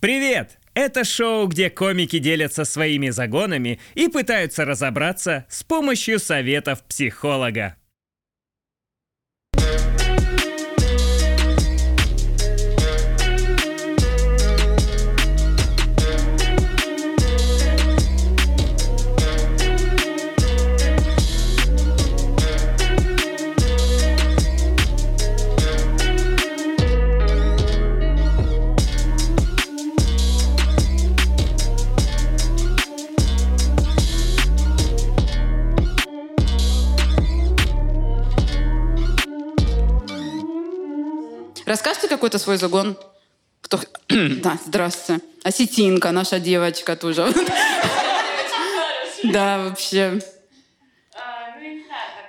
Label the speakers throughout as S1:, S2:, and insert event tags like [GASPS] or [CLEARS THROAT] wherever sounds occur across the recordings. S1: Привет! Это шоу, где комики делятся своими загонами и пытаются разобраться с помощью советов психолога.
S2: Расскажите какой-то свой загон. Кто... [CLEARS THROAT] да, здравствуйте. Осетинка, наша девочка тоже. да, вообще.
S3: А, ну, не знаю, как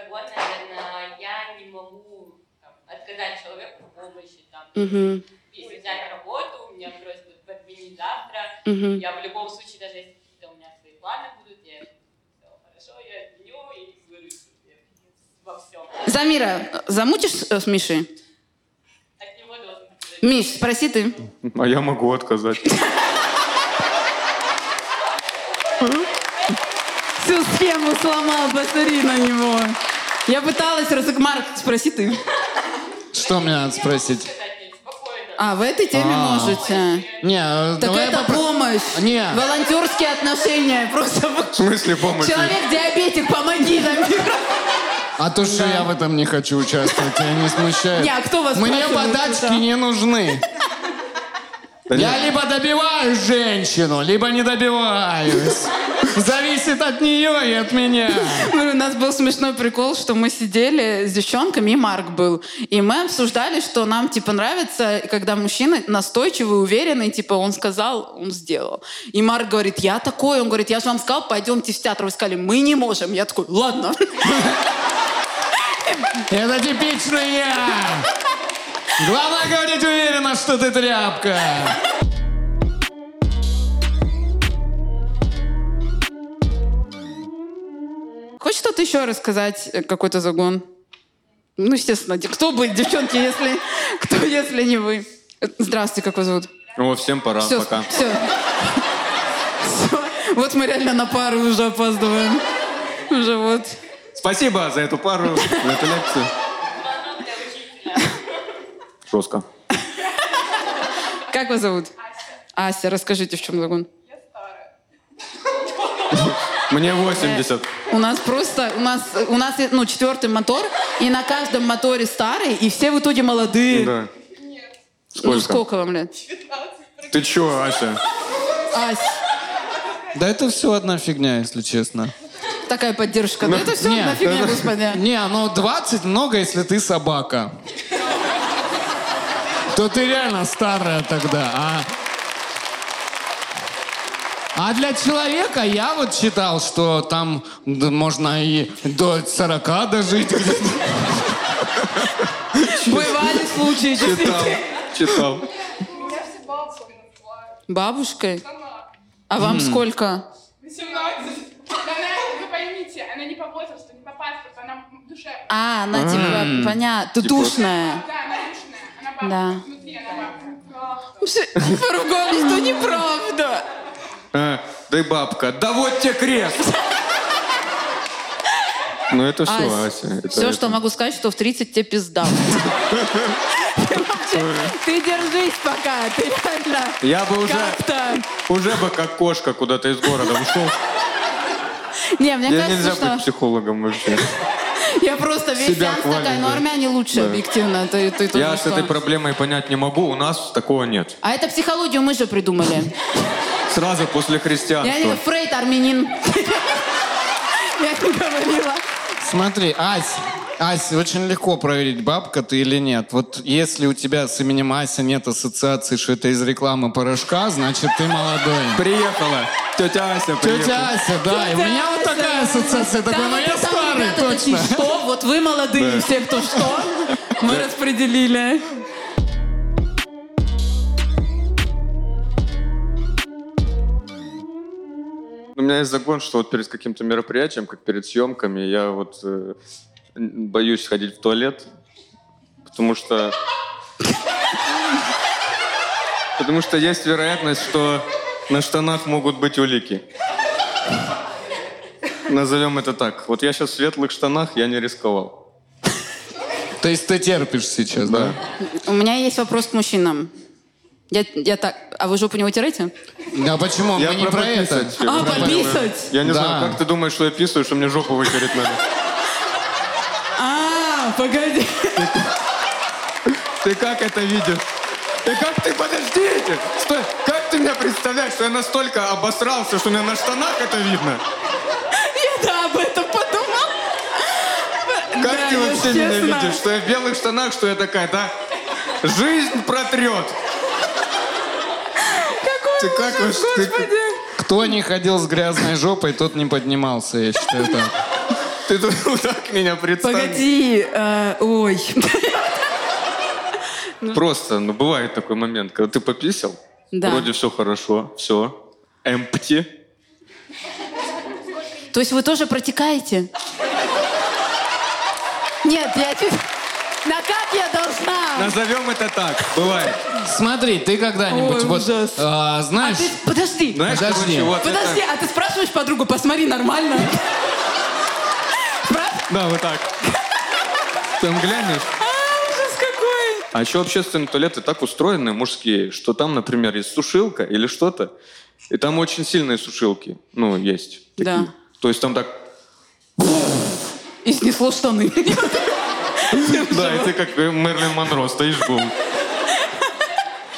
S3: загон, наверное, я не могу там, отказать человеку в помощи. Там,
S2: Мгм.
S3: Если взять работу, у меня просьба подменить завтра.
S2: Мгм.
S3: Я в любом случае, даже если какие-то у меня свои планы будут, я все хорошо, я дню и выручу я во всем.
S2: Замира, замутишь э, с Мишей?
S3: Так не буду вам сказать.
S2: Миш, спроси ты.
S4: А я могу отказать. [LAUGHS]
S2: Всю схему сломал, посмотри на него. Я пыталась, раз... Марк, спроси ты.
S5: Что мне надо спросить?
S3: Сказать нет, спокойно.
S2: А, в этой теме
S5: А.
S2: можете.
S5: Не, э,
S2: Так
S5: давай
S2: это
S5: попро- А,
S2: помощь.
S5: Не.
S2: Волонтерские отношения. Просто
S4: В смысле помощи?
S2: человек диабетик, помоги нам.
S5: А то, что я в этом не хочу участвовать, тебя не смущает.
S2: Не, а кто вас
S5: Мне
S2: спрашивает,
S5: подачки
S2: это?
S5: не нужны.
S4: Да
S5: Я
S4: нет.
S5: либо добиваю женщину, либо не добиваюсь. Зависит от нее и от меня.
S2: Ну, У нас был смешной прикол, что мы сидели с девчонками, и Марк был. И мы обсуждали, что нам, типа, нравится, когда мужчина настойчивый, уверенный, типа, он сказал, он сделал. И Марк говорит, я такой. Он говорит, я же вам сказал, пойдемте в театр. Вы сказали, мы не можем. Я такой, ладно.
S5: Это типичный я. Главное говорить уверенно, что ты тряпка.
S2: Хочешь что-то еще рассказать, э, какой-то загон? Ну, естественно, де- кто будет, девчонки, если, кто, если не вы? Э, Здравствуйте, как вас зовут?
S4: О, Ну, всем пора,
S2: Все,
S4: А, пока.
S2: все. Вот мы реально на пару уже опаздываем. Уже вот.
S4: Спасибо за эту пару, за эту лекцию.
S3: Звонок для учителя.
S4: Жестко.
S2: Как вас зовут? Ася. Ася, расскажите, в чем загон?
S4: Мне 80.
S2: У нас просто, у нас, у нас, ну, четвертый мотор, и на каждом моторе старый, и все в итоге молодые.
S4: Да.
S2: Ну,
S4: Сколько?
S2: сколько вам лет?
S4: Ты чё, Ася?
S2: Ася.
S5: Да это все одна фигня, если честно.
S2: Такая поддержка. Ну, это все
S5: не,
S2: одна фигня, господи.
S5: [LAUGHS] Не, ну 20 много, если ты собака. То ты реально старая тогда, а? А для человека я вот считал, что там д- можно и до 40 дожить. [LAUGHS]
S2: Бывали случаи, действительно.
S4: Читал, читал.
S2: Бабушкой? А вам сколько?
S6: 18. Она, вы поймите, она не по возрасту, не по паспорту, она душевная.
S2: А, она типа, понятно, душная.
S6: Да, она душная. Она бабка.
S2: Да.
S6: Внутри она бабка.
S2: Все, [LAUGHS] Поругались, что неправда.
S4: А, да и бабка. Да вот тебе крест! Ну это все, Ася. это-
S2: все,
S4: это-
S2: что могу сказать, что в 30 тебе пизда. Ты вообще- Ты держись пока, ты реально
S4: Я бы уже,
S2: как-то...
S4: уже бы как кошка куда-то из города ушел.
S2: Не, мне
S4: Я нельзя
S2: кажется,
S4: быть
S2: что
S4: психологом вообще.
S2: я просто весь
S4: себя
S2: сеанс
S4: хвалю,
S2: такая, но
S4: да.
S2: армяне лучше
S4: Да.
S2: объективно. Ты- ты тоже
S4: Я с
S2: что?
S4: этой проблемой понять не могу, у нас такого нет.
S2: А это психологию мы же придумали.
S4: Сразу после
S2: Я не
S4: христианства.
S2: Фрейд армянин. [LAUGHS] Я не говорила.
S5: Смотри, Ась, Ась, очень легко проверить, бабка ты или нет. Вот если у тебя с именем Ася нет ассоциации, что это из рекламы порошка, значит ты молодой.
S4: Приехала. Тетя Ася
S5: Тетя
S4: приехала.
S5: Ася, да. А, И у меня вот такая ассоциация.
S2: Да,
S5: Такой, ну
S2: вот
S5: я
S2: и там
S5: старый,
S2: ребята такие,
S5: точно.
S2: Что? Вот вы молодые,
S4: Да.
S2: все, кто что, мы распределили.
S4: У меня есть загон, что вот перед каким-то мероприятием, как перед съемками, я вот э, н- боюсь ходить в туалет, потому что... Потому что есть вероятность, что на штанах могут быть улики. Назовем это так. Вот я сейчас в светлых штанах, я не рисковал.
S5: То есть ты терпишь сейчас, да?
S2: У меня есть вопрос к мужчинам. Я, я так... А вы жопу не вытираете?
S5: Да А почему?
S4: Я
S5: Мы не про это.
S4: прописать.
S2: А,
S4: Я
S2: пописать?
S4: Я не
S5: Да.
S4: знаю, как ты думаешь, что я писаю, что мне жопу вытереть надо?
S2: А, погоди. [LAUGHS]
S4: Ты как это видишь? Ты как ты, подождите! Стой! Как ты меня представляешь, что я настолько обосрался, что у меня на штанах это видно?
S2: Я да, об этом подумал.
S4: Как
S2: Да, ну
S4: ты вообще меня
S2: естественно.
S4: видишь? Что я в белых штанах, что я такая, да? Жизнь протрет! Ты как уж- ты-
S5: Кто не ходил с грязной жопой, тот не поднимался, я считаю так.
S4: Ты тут [LAUGHS] так меня представил.
S2: Погоди, э, ой.
S4: Просто, ну бывает такой момент, когда ты пописал,
S2: Да.
S4: вроде все хорошо, все, empty,
S2: [LAUGHS] То есть вы тоже [LAUGHS] протекаете? Нет, я... чуть- [LAUGHS] На как я должна?
S4: назовем это так, бывает.
S5: Смотри, ты когда-нибудь
S2: Ой,
S5: вот
S2: ужас.
S5: а,
S2: А
S5: знаешь,
S2: ты, подожди.
S4: Знаешь,
S5: Подожди.
S4: короче, вот это-
S2: Подожди, а ты спрашиваешь подругу, посмотри, нормально? Прав?
S4: Да, вот так. Там глянешь,
S2: А, ужас какой!
S4: А еще общественные туалеты так устроены, мужские, что там, например, есть сушилка или что-то, и там очень сильные сушилки, ну, есть.
S2: Да.
S4: То есть там так...
S2: И снесло [LAUGHS] штаны.
S4: Да, и ты как Мерлин Монро стоишь гум.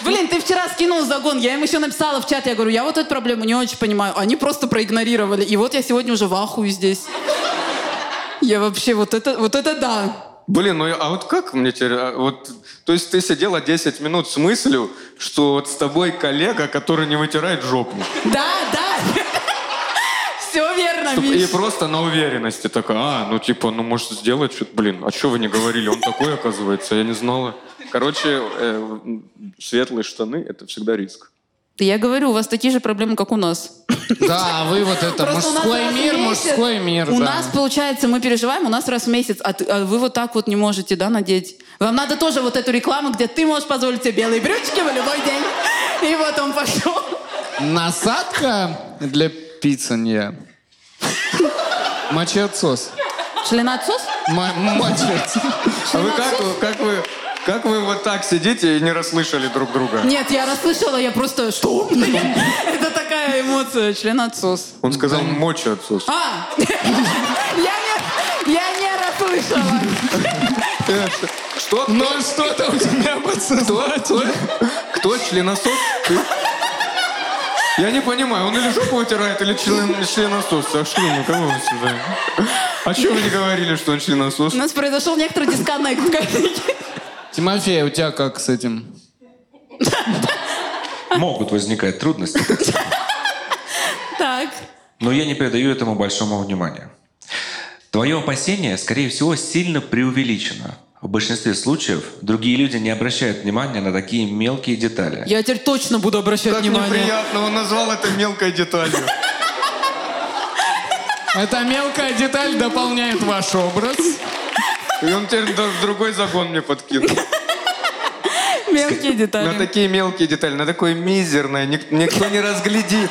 S2: Блин, ты вчера скинул загон, я им еще написала в чат, я говорю, я вот эту проблему не очень понимаю. Они просто проигнорировали. И вот я сегодня уже в ахуе здесь. Я вообще, вот это, вот это да.
S4: Блин, ну я- а вот как мне теперь... а, вот, то есть ты сидела 10 минут с мыслью, что вот с тобой коллега, который не вытирает жопу.
S2: Да, да. [LAUGHS] Все верно,
S4: И
S2: Миш.
S4: просто на уверенности такая, а, ну типа, ну может сделать что-то, блин, а что вы не говорили, он такой оказывается, я не знала. Короче, э, м, светлые штаны — это всегда риск.
S2: Да я говорю, у вас такие же проблемы, как у нас.
S5: да, вы вот это,
S2: Просто у нас
S5: мужской
S2: раз в
S5: мир,
S2: месяц.
S5: мужской мир,
S2: У
S5: да.
S2: нас, получается, мы переживаем, у нас раз в месяц, а, ты- а вы вот так вот не можете, да, надеть. Вам надо тоже вот эту рекламу, где ты можешь позволить себе белые брючки в любой день. И вот он пошел.
S5: Насадка для пиццанья. Мочеотсос.
S2: Членоотсос?
S5: М- Мочеотсос.
S4: А вы как, вы- как вы, как вы вот так сидите и не расслышали друг друга?
S2: Нет, я расслышала, я просто... Что? Это такая эмоция, членоотсос.
S4: Он сказал мочи отсутствует.
S2: А! Я не, я не расслышала.
S4: Что?
S5: Ну что-то у тебя подсознательно.
S4: Кто членосос? Ты? Я не понимаю, он или жопу вытирает, или член, членосос. А что, ну кого вы сюда? А что вы не говорили, что он членосос?
S2: У нас произошел некоторый дисконнект в картинке.
S5: Тимофей, у тебя как с этим?
S7: Могут возникать трудности,
S2: Так.
S7: но я не придаю этому большому внимания. Твое опасение, скорее всего, сильно преувеличено. В большинстве случаев другие люди не обращают внимания на такие мелкие детали.
S2: Я теперь точно буду обращать
S5: ну,
S4: Как
S2: внимание.
S4: неприятно, он назвал это мелкой деталью.
S5: Эта мелкая деталь дополняет ваш образ.
S4: И он теперь даже другой загон мне подкинул.
S2: Мелкие
S4: На
S2: детали.
S4: такие мелкие детали, на такое мизерное, ник- никто не разглядит.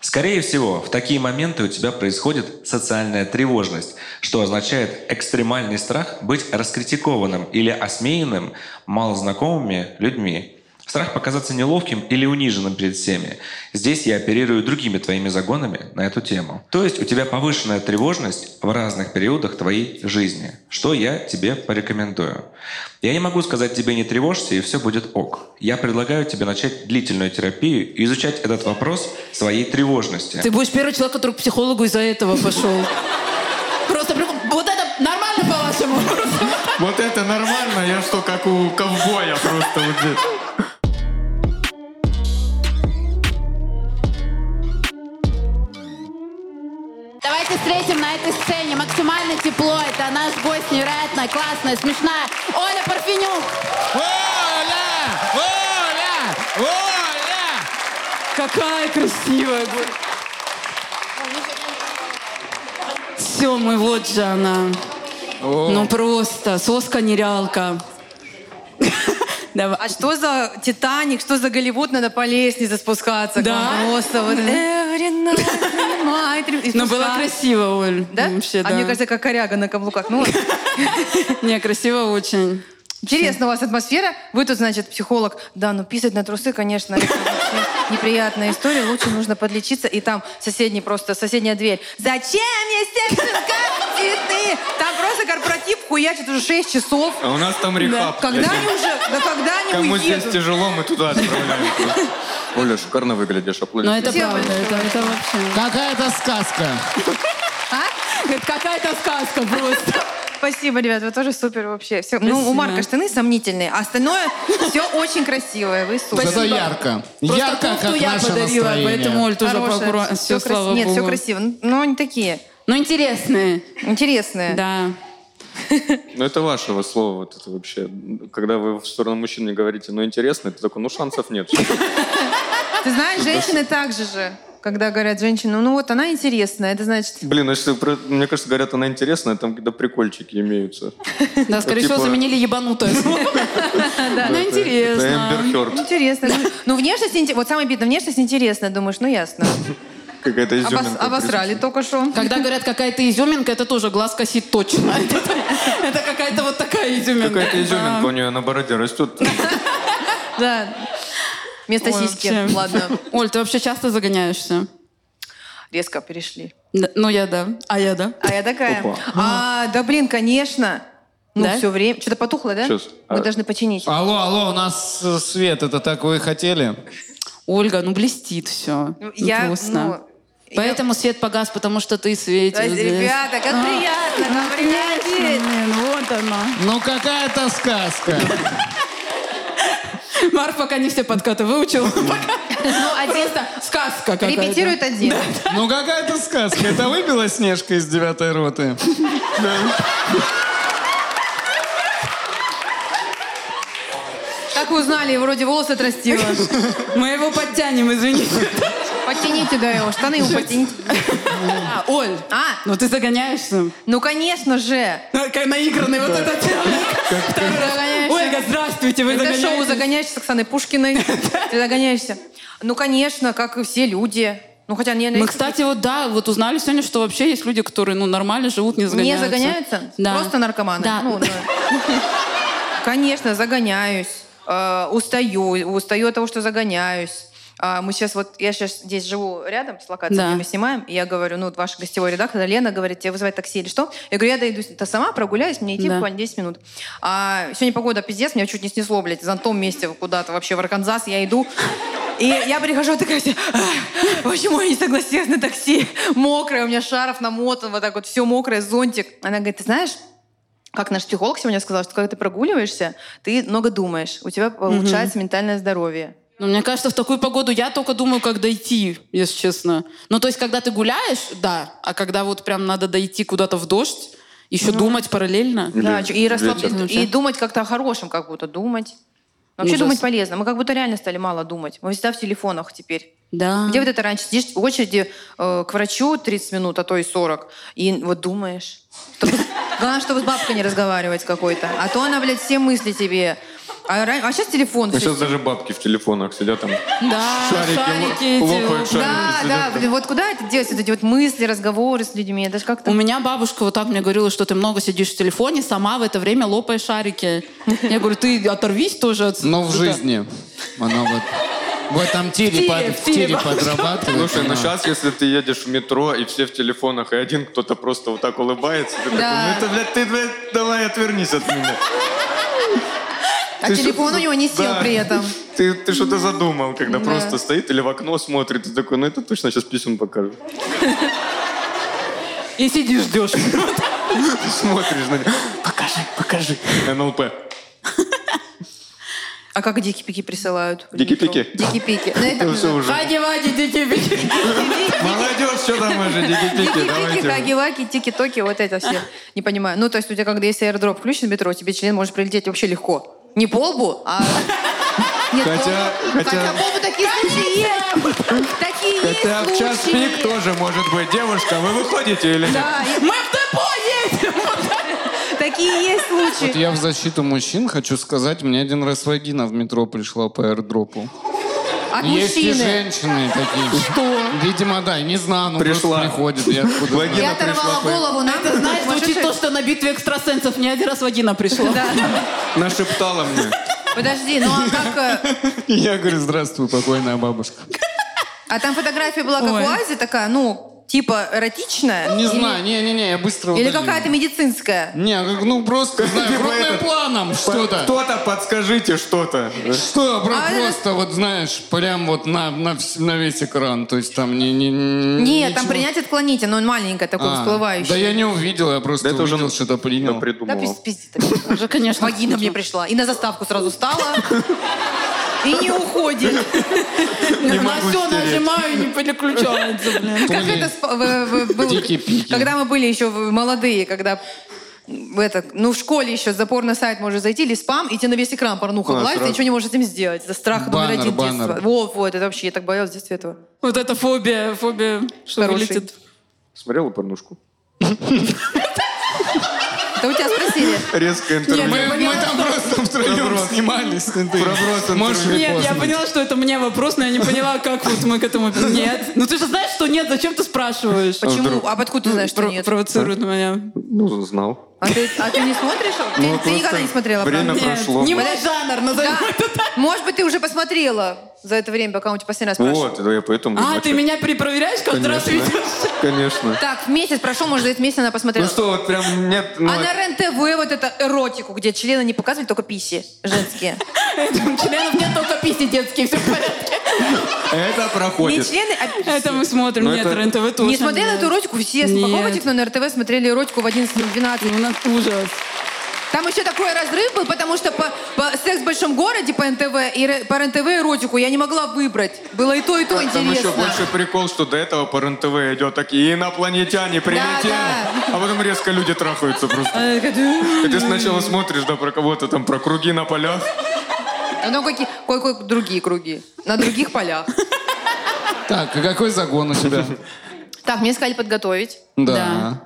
S7: Скорее всего, в такие моменты у тебя происходит социальная тревожность, что означает экстремальный страх быть раскритикованным или осмеянным малознакомыми людьми. Страх показаться неловким или униженным перед всеми. Здесь я оперирую другими твоими загонами на эту тему. То есть у тебя повышенная тревожность в разных периодах твоей жизни, что я тебе порекомендую. Я не могу сказать тебе не тревожься и все будет ок. Я предлагаю тебе начать длительную терапию и изучать этот вопрос своей тревожности.
S2: Ты будешь первый человек, который к психологу из-за этого пошел. Просто прикол. Вот это нормально, по-вашему?
S4: Вот это нормально, я что, как у ковбоя просто вот здесь.
S2: Давайте встретим на этой сцене максимально тепло. Это наш гость невероятная, классная, смешная. Оля Парфенюк.
S5: Оля! Оля! Оля!
S2: Какая красивая будет. Все, мы вот же Ну, она. Ну просто, соска нереалка. Давай.
S8: А что за Титаник, что за Голливуд, надо по лестнице спускаться.
S2: Да?
S8: к вам. Просто вот every night, every night, every- и
S2: Но было
S8: спускаться.
S2: красиво, Ну, Оль.
S8: Да?
S2: Вообще,
S8: а
S2: а- да.
S8: мне кажется, как коряга на каблуках. [LAUGHS] Ну, ладно.
S2: Не, красиво очень.
S8: интересно у вас атмосфера. Вы тут, значит, психолог. Да, ну писать на трусы, конечно, это вообще неприятная история. Лучше нужно подлечиться. И там соседний просто, соседняя дверь. Зачем мне сексинг, как цветы? Там просто корпоратив хуячит уже 6 часов.
S4: А у нас там рехаб.
S8: Когда они уже, да когда они
S4: Кому здесь
S8: уедут?
S4: тяжело, мы туда отправляемся. [LAUGHS] Оля, шикарно выглядишь,
S2: Но это
S4: аплодисменты.
S8: Спасибо
S2: правда, это,
S8: большое.
S2: это вообще...
S5: Какая-то сказка.
S2: Это какая-то сказка просто.
S8: Спасибо, ребят, вы тоже супер вообще. Всё. Ну,
S2: Спасибо.
S8: у Марка штаны сомнительные, а остальное [LAUGHS] все очень красивое. Вы супер.
S5: Зато
S2: Спасибо.
S5: ярко.
S2: Просто
S5: ярко,
S2: кофту
S5: как
S2: я
S5: наше
S2: подарила,
S5: настроение.
S2: поэтому Оль тоже
S8: Хорошее.
S2: прокурор.
S8: Всё
S2: Все,
S8: крас-
S2: слава
S8: Нет,
S2: богу.
S8: все красиво. Но они такие.
S2: Ну, интересные.
S8: Интересные.
S2: Да.
S4: Ну, это вашего слова вот это вообще. Когда вы в сторону мужчины говорите, ну, интересно, ты такой, ну, шансов нет.
S8: Ты знаешь, женщины так же же. Когда говорят женщину, ну вот она интересная, это значит...
S4: Блин, ну, если про- мне кажется, говорят, она интересная, там какие-то прикольчики имеются.
S2: Да, скорее всего,
S4: типа-
S2: заменили ебанутое слово. Ну,
S4: Это
S2: интересно.
S4: Эмбер Хёрд.
S8: Интересно. Ну, Ну, внешность, инте- вот самое обидное, внешность интересная, думаешь, ну ясно.
S4: Какая-то
S8: Обос-
S4: изюминка.
S8: обосрали только что.
S2: Когда говорят, какая-то изюминка, это тоже глаз косит точно. Это это какая-то вот такая изюминка.
S4: Какая-то изюминка
S2: Да.
S4: у нее на бороде растет.
S8: Да. Вместо
S2: Ой,
S8: сиськи.
S2: вообще.
S8: Ладно.
S2: Оль, ты вообще часто загоняешься?
S8: Резко перешли.
S2: Да, Ну, я да. А я да.
S8: А я такая.
S4: Опа.
S8: А, да блин, конечно. Ну,
S2: Да?
S8: все время. Что-то потухло, да?
S4: Щас.
S8: Мы
S4: А.
S8: должны починить.
S5: Алло, алло, у нас э, свет, это так вы и хотели?
S2: Ольга, ну блестит все.
S8: Ну, Я, ну, я-
S2: Поэтому свет погас, потому что ты светишь.
S8: Ой,
S2: здесь.
S8: Ребята, как
S2: А,
S8: приятно, как приятно.
S2: Блин, вот она.
S5: Ну какая-то сказка.
S2: Марф пока не все подкаты выучил.
S8: Ну, один
S2: Просто сказка какая-то.
S8: репетирует один.
S5: Ну какая-то сказка. Это выбила Снежка из девятой роты.
S8: Как вы узнали, вроде волосы [LAUGHS] отрастила.
S2: Мы его подтянем, извините.
S8: Подтяните, да, его, штаны ему подтяните.
S2: А, Оль,
S8: А,
S2: ну ты загоняешься.
S8: ну, конечно же.
S2: Ну, Как наигранный вот этот человек. Второй раз.
S8: загоняешься.
S2: Ольга, здравствуйте, вы
S8: Ну, Это шоу
S2: загоняетесь.
S8: «Загоняешься» с
S2: [LAUGHS]
S8: Оксаной Пушкиной. Ты загоняешься. Ну, конечно, как и все люди. Ну, хотя, не,
S2: Мы, кстати, вот да, вот узнали сегодня, что вообще есть люди, которые ну нормально живут, не
S8: не
S2: загоняются.
S8: загоняются?
S2: Да.
S8: Просто наркоманы?
S2: Да.
S8: Ну, да. Конечно, загоняюсь. Э, устаю. Устаю от того, что загоняюсь. А мы сейчас вот, я сейчас здесь живу рядом с локацией,
S2: Да.
S8: где мы снимаем, и я говорю, ну, вот ваш гостевой редактор, Лена говорит, тебе вызывать такси или что? Я говорю, я дойду то сама, прогуляюсь, мне идти
S2: Да.
S8: буквально 10 минут. А сегодня погода пиздец, меня чуть не снесло, блядь, зонтом вместе куда-то вообще в Арканзас, я иду, и я прихожу такая вся, «Ах, почему я не согласилась на такси? Мокрая, у меня шаров намотан, вот так вот, все мокрое, зонтик. Она говорит, ты знаешь, как наш психолог сегодня сказал, что когда ты прогуливаешься, ты много думаешь, у тебя улучшается ментальное здоровье.
S2: Ну, мне кажется, в такую погоду я только думаю, как дойти, если честно. Ну, то есть, когда ты гуляешь, да, а когда вот прям надо дойти куда-то в дождь, еще
S8: Ну.
S2: думать параллельно.
S8: Да,
S4: Или
S8: и, расслаб-
S4: ветер.
S8: и думать как-то о хорошем, как будто думать. Но Вообще
S2: Ужас.
S8: думать полезно. Мы как будто реально стали мало думать. Мы всегда в телефонах теперь.
S2: Да.
S8: Где вот это раньше? Сидишь в очереди э, к врачу 30 минут, а то и 40, и вот думаешь. Чтобы- Главное, чтобы с бабкой не разговаривать какой-то. А то она, блядь, все мысли тебе. А, ран- а сейчас телефон.
S4: Ну,
S8: всё-
S4: Сейчас даже бабки в телефонах сидят там.
S2: Да,
S4: Шарики,
S2: шарики
S4: ло-
S2: эти.
S4: лопают шарики.
S8: Да,
S4: сидят
S8: да,
S4: а там.
S8: блин, вот куда это делать? Вот эти вот мысли, разговоры с людьми. Это же
S2: У
S8: как-то...
S2: меня бабушка вот так мне говорила, что ты много сидишь в телефоне, сама в это время лопаешь шарики. Я говорю, ты оторвись тоже от...
S5: Но Ну, в
S2: это».
S5: жизни. Она вот в этом
S2: тире,
S5: тире, под-
S2: в
S5: в
S2: тире
S5: тире подрабатывает.
S4: Слушай, ну
S5: она.
S4: сейчас, если ты едешь в метро, и все в телефонах, и один кто-то просто вот так улыбается, ты такой,
S8: Да.
S4: ну это, блядь, ты, блядь, давай отвернись от меня.
S8: А
S4: Ты
S8: телефон
S4: что-
S8: у него не сел
S4: Да.
S8: при этом.
S4: Ты, ты что-то задумал, когда просто стоит или в окно смотрит, и такой, ну это точно сейчас писюн покажет.
S2: И сидишь, ждешь.
S4: Ты смотришь на него, покажи, покажи. НЛП.
S8: А как дикипики присылают? в метро?
S4: Дики-пики.
S8: Дики-пики. Ну, это-
S4: Ну все уже.
S2: Хаги, ваги, дики, бики.
S4: Молодежь, что там уже, дики-пики,
S8: Дики-пики,
S4: давайте.
S8: хаги-ваки, тики-токи, вот это все. Не понимаю. Ну, то есть у тебя, когда если аэродроп включен в метро, тебе член может прилететь вообще легко. Не по лбу, а... Нет, по
S4: Хотя-
S8: лбу.
S4: хотя-
S8: хотя по лбу такие случаи есть. Такие есть
S4: Хотя в час пик
S8: случаи.
S4: тоже может быть. Девушка, вы выходите или нет?
S8: Да, и-
S2: Мы в депо едем!
S8: такие [LAUGHS] такие есть случаи.
S5: Вот я в защиту мужчин хочу сказать, мне один раз вагина в метро пришла по аирдропу.
S8: От
S5: Есть и
S8: А мужчины.
S5: женщины такие. Что? Видимо, да, не знаю, ну
S4: Пришла.
S5: просто приходит, я откуда знаю.
S4: Вагина
S8: Я оторвала
S4: пришла по-
S8: голову на
S2: Это, знаешь, звучит то, что на битве экстрасенсов не один раз вагина пришла.
S4: Нашептала мне.
S8: Подожди, ну а как... э,
S5: И Я говорю, здравствуй, покойная бабушка.
S8: А там фотография была как
S2: Ой.
S8: у Ази, такая, ну, типа эротичная?
S5: Не
S8: Или-
S5: знаю, не-не-не, я быстро
S8: Или
S5: удалил.
S8: какая-то медицинская?
S5: Не, как, ну просто,
S4: [LAUGHS]
S5: знаю,
S4: Типа
S5: крупным
S4: этот,
S5: планом что-то.
S4: Кто-то подскажите что-то.
S5: Что, бро,
S8: А это-
S5: просто вот знаешь, прям вот на, на, вс- на весь экран, то есть там не... не, не-
S8: Нет, там
S5: ничего.
S8: принять отклоните, но он маленькая, такой
S5: А,
S8: всплывающий.
S5: Да я не увидел, я просто
S4: Да это уже
S5: увидел,
S4: на-
S5: что-то принял.
S8: Да
S4: придумала.
S8: пиз- пизди ты.
S2: Уже, конечно.
S8: Вагина мне пришла. И на заставку сразу стала.
S5: [LAUGHS]
S8: И не уходит.
S2: На
S4: могу
S2: все
S4: стереть.
S2: нажимаю, не переключается, блин.
S8: Как это сп- в- в- было-
S5: Тики-пики.
S8: Когда мы были еще в- молодые, когда в это, ну, в школе еще запор на сайт можешь зайти, или спам, и тебе на весь экран порнуха
S4: А,
S8: влазит, и
S4: сразу.
S8: ничего не можешь с этим сделать. Это страх номер
S5: Баннер,
S8: один
S5: баннер.
S8: детства. Вот, вот, это вообще, я так боялась в детстве этого.
S2: Вот это фобия, фобия, что
S8: Хороший.
S2: вылетит.
S4: Смотрела порнушку?
S8: Это у тебя спросили.
S4: Резкое интервью.
S5: Мы, мы
S4: [LAUGHS]
S5: там просто втроем снимались. ну, ты
S4: Проброс
S5: Можешь
S4: интервью.
S2: Нет, я
S5: репостнуть.
S2: поняла, что это мне вопрос, но я не поняла, как вот мы к этому... Нет. Ну ты же знаешь, что нет, зачем ты спрашиваешь?
S8: Почему? А откуда ты знаешь, что
S2: Про-
S8: нет?
S2: Провоцирует меня.
S4: Ну, знал.
S8: А ты, а ты не смотришь? Ты,
S4: Ну,
S8: ты
S4: просто
S8: никогда не смотрела,
S4: время
S8: правда?
S2: Нет,
S4: прошло.
S2: не мой
S8: Подожди.
S2: жанр, назови
S8: Да.
S2: это так.
S8: Может быть, ты уже посмотрела за это время, пока он тебя последний раз спрашивал.
S4: Вот, да я поэтому...
S2: А,
S4: начал.
S2: ты меня перепроверяешь каждый раз
S4: Конечно.
S2: видишь?
S4: Конечно.
S8: Так, месяц прошел, может, за этот месяц она посмотрела.
S4: Ну что, вот прям нет... ну,
S8: а на РЕН-ТВ вот это эротику, где члены не показывали, только писи женские.
S2: Членов нет, только писти детские, все в порядке.
S4: Это
S8: Не
S4: проходит.
S8: члены, а
S2: [LAUGHS]
S8: писи.
S2: Это мы смотрим,
S4: Ну,
S2: нет,
S4: это-
S2: РЕН-ТВ Э, точно.
S8: Не смотрела
S2: нет.
S8: эту эротику все с
S2: Нет.
S8: Поповатик, но на РТВ смотрели эротику в 11-12.
S2: Ну, у нас ужас.
S8: Там еще такой разрыв был, потому что по, по «Секс в большом городе» по НТВ и ре- по РЕН-ТВ эротику я не могла выбрать. Было и то, и то
S4: Там еще
S8: интересно.
S4: больше прикол, что до этого по РНТВ идет такие инопланетяне прилетели,
S8: да.
S4: а потом резко люди трахаются просто.
S2: Она такая, «Да».
S4: И ты сначала смотришь, да, про кого-то там, про круги на полях.
S8: Ну, какие, кое-кое другие круги. На других полях.
S5: Так, а какой загон у
S8: [LAUGHS]
S5: тебя?
S8: Так, мне сказали подготовить.
S5: Да.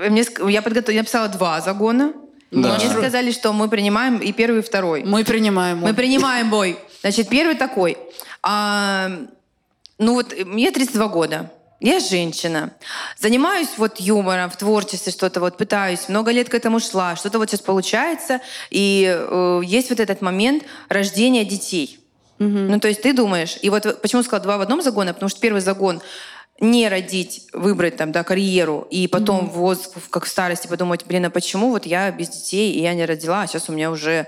S8: Э, Мне, ск- я, подготов... я написала два загона.
S5: Да.
S8: Мне сказали, что мы принимаем и первый, и второй.
S2: Мы принимаем.
S8: Мы принимаем бой. Значит, первый такой. А, ну вот э, мне 32 года. Я женщина. Занимаюсь вот юмором, в творчестве что-то вот пытаюсь. Много лет к этому шла. Что-то вот сейчас получается. И э, есть вот этот момент рождения детей. Ну то есть ты думаешь. И вот почему сказала два в одном загона? Потому что первый загон не родить, выбрать там, да, карьеру, и потом воз- как в старости подумать, блин, а почему вот я без детей, и я не родила, а сейчас у меня уже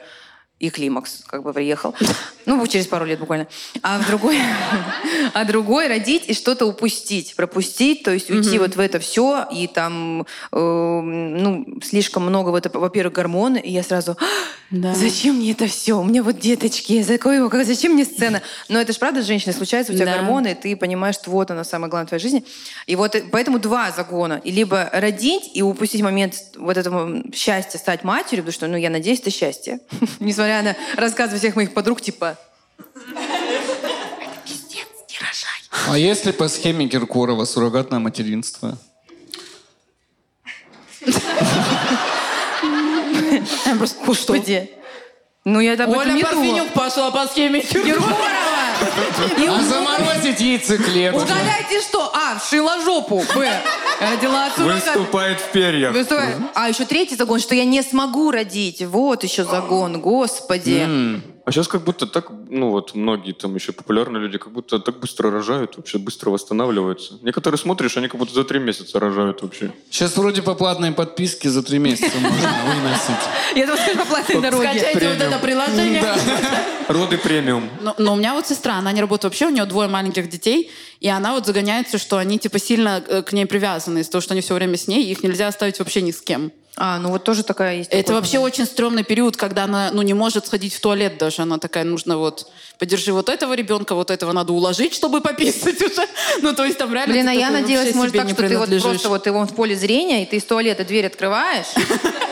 S8: и климакс как бы приехал. Ну, вот через пару лет буквально. А в другой, [LAUGHS] а другой родить и что-то упустить, пропустить, то есть уйти вот в это все, и там, э, ну, слишком много, вот, во-первых, гормоны, и я сразу, «А,
S2: Да.
S8: зачем мне это все? У меня вот деточки, за кого- как- зачем мне сцена? Но это же правда, женщины, случается, у тебя
S2: Да.
S8: гормоны, и ты понимаешь, что вот она самое главное в твоей жизни. И вот э, поэтому два загона. И либо родить и упустить момент вот этого счастья стать матерью, потому что, ну, я надеюсь, это счастье. [LAUGHS] Несмотря на рассказы всех моих подруг, типа,
S5: А если по схеме Киркорова суррогатное материнство?
S2: Я просто что?
S8: «Господи, ну, я об этом
S2: Оля
S8: не думала».
S2: Парфенюк пошла по схеме Киркорова.
S8: И
S5: А
S8: уг-
S5: заморозить яйцеклетку?
S8: Угадайте, что? А, вшила жопу. Б,
S2: Э,
S8: родила от суррогата.
S4: Выступает в перьях.
S8: Представляешь? А еще третий загон, что я не смогу родить. Вот еще загон, господи.
S4: А сейчас как будто так, ну вот многие там еще популярные люди, как будто так быстро рожают, вообще быстро восстанавливаются. Некоторые смотришь, они как будто за три месяца рожают вообще.
S5: Сейчас вроде по платной подписке за три месяца можно выносить.
S8: [LAUGHS] Я думаю, скажешь по платной дороге.
S2: Скачайте вот это приложение.
S4: Роды премиум.
S2: Но, но у меня вот сестра, она не работает вообще, у нее двое маленьких детей, и она вот загоняется, что они типа сильно э, к ней привязаны из-за того, что они все время с ней, и их нельзя оставить вообще ни с кем.
S8: А, ну вот тоже такая есть.
S2: Это
S8: такой
S2: вообще
S8: момент.
S2: очень стрёмный период, когда она ну, не может сходить в туалет даже. Она такая, нужно вот, подержи вот этого ребенка, вот этого надо уложить, чтобы пописать [LAUGHS] уже. Ну, то есть там реально...
S8: Блин,
S2: ты
S8: а я
S2: такой
S8: надеялась,
S2: вообще
S8: может,
S2: себе
S8: так,
S2: не
S8: что ты вот
S2: принадлежишь.
S8: просто вот его в поле зрения, и ты из туалета дверь открываешь,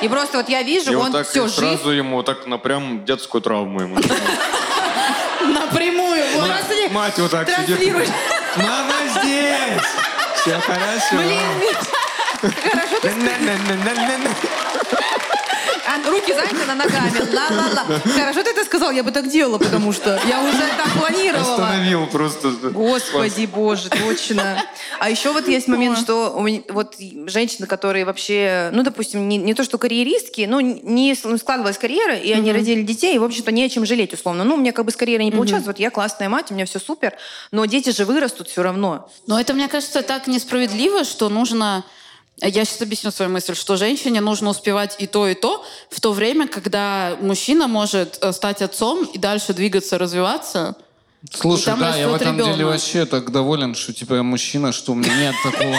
S8: и просто вот я вижу, он все жив.
S4: сразу ему вот так на прям детскую травму ему.
S2: [LAUGHS] Напрямую, вот.
S8: Просто
S4: Мать вот так сидит.
S8: Транслируешь.
S4: Мама здесь! Все хорошо.
S8: Блин, Митя, Хорошо, ты
S4: На-на-на-на-на-на.
S8: А, руки заняты на ногами. Ла-ла-ла. Хорошо ты это сказал, я бы так делала, потому что я уже так планировала.
S4: Остановил просто.
S8: Господи боже, точно. А еще вот есть момент, что у меня- вот женщины, которые вообще, ну, допустим, не, не то что карьеристки, но не с- ну, складывалась карьера, и они родили детей, и, в общем-то, не о чем жалеть, условно. Ну, у меня как бы с карьерой не получается, вот я классная мать, у меня все супер, но дети же вырастут все равно.
S2: Но это, мне кажется, так несправедливо, что нужно... Я сейчас объясню свою мысль, что женщине нужно успевать и то, и то, в то время, когда мужчина может э, стать отцом и дальше двигаться, развиваться. И
S5: Слушай,
S2: там
S5: да, я в
S2: растет
S5: этом деле
S2: ребенок.
S5: вообще так доволен, что типа я мужчина, что у меня нет такого...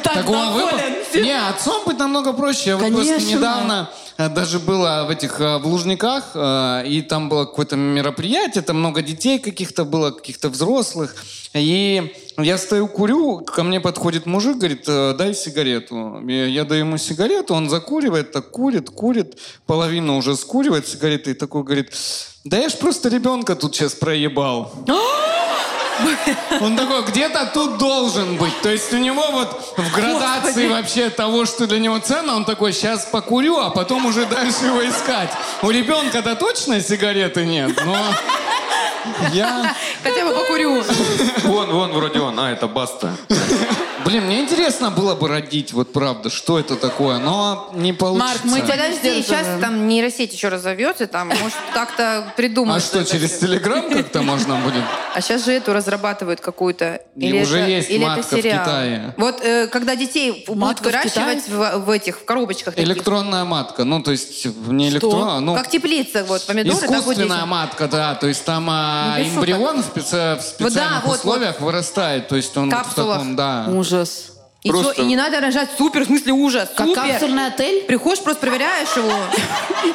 S2: [LAUGHS] Так
S5: такого
S2: доволен.
S5: выбора. Не, отцом быть намного проще. Я вот просто
S2: Конечно.
S5: недавно э, даже было в этих э, в Лужниках, э, и там было какое-то мероприятие, там много детей каких-то было, каких-то взрослых. И я стою, курю, ко мне подходит мужик, говорит, «Э, дай сигарету. Я я даю ему сигарету, он закуривает, так курит, курит, половину уже скуривает сигареты, и такой говорит, да я ж просто ребенка тут сейчас проебал. Он такой, где-то тут должен быть. То есть у него вот в градации вообще того, что для него ценно, он такой, сейчас покурю, а потом уже дальше его искать. У ребенка-то точно сигареты нет, но... Я...
S8: Хотя бы покурю.
S4: Вон, вон, вроде он. А, это Баста.
S5: Блин, мне интересно было бы родить, вот правда, что это такое, но не получится.
S2: мы тебя-
S8: Подожди, сейчас там нейросеть еще разовьется, там, может, как-то
S5: А
S8: придумают.
S5: что, через Телеграм как-то можно
S2: [LAUGHS]
S5: будет?
S8: А сейчас же эту разрабатывают какую-то.
S5: И уже есть матка в Китае.
S8: Вот э, когда детей будут
S2: Матка в
S8: выращивать в, в этих в коробочках таких.
S5: Электронная матка, ну то есть не электронная, ну...
S8: Как теплица, вот помидоры. так вот здесь.
S5: Искусственная матка, да, то есть там а,
S8: Ну, без
S5: эмбрион в, специ- в
S8: Вот да,
S5: специальных
S8: вот, вот.
S5: условиях вырастает, то есть он вот в
S8: Капсулах.
S5: таком, да.
S2: Ужас.
S8: И, чё,
S4: Просто-
S8: и не надо рожать супер, в смысле ужас.
S2: Как
S8: супер.
S2: капсульный отель?
S8: Приходишь, просто проверяешь его.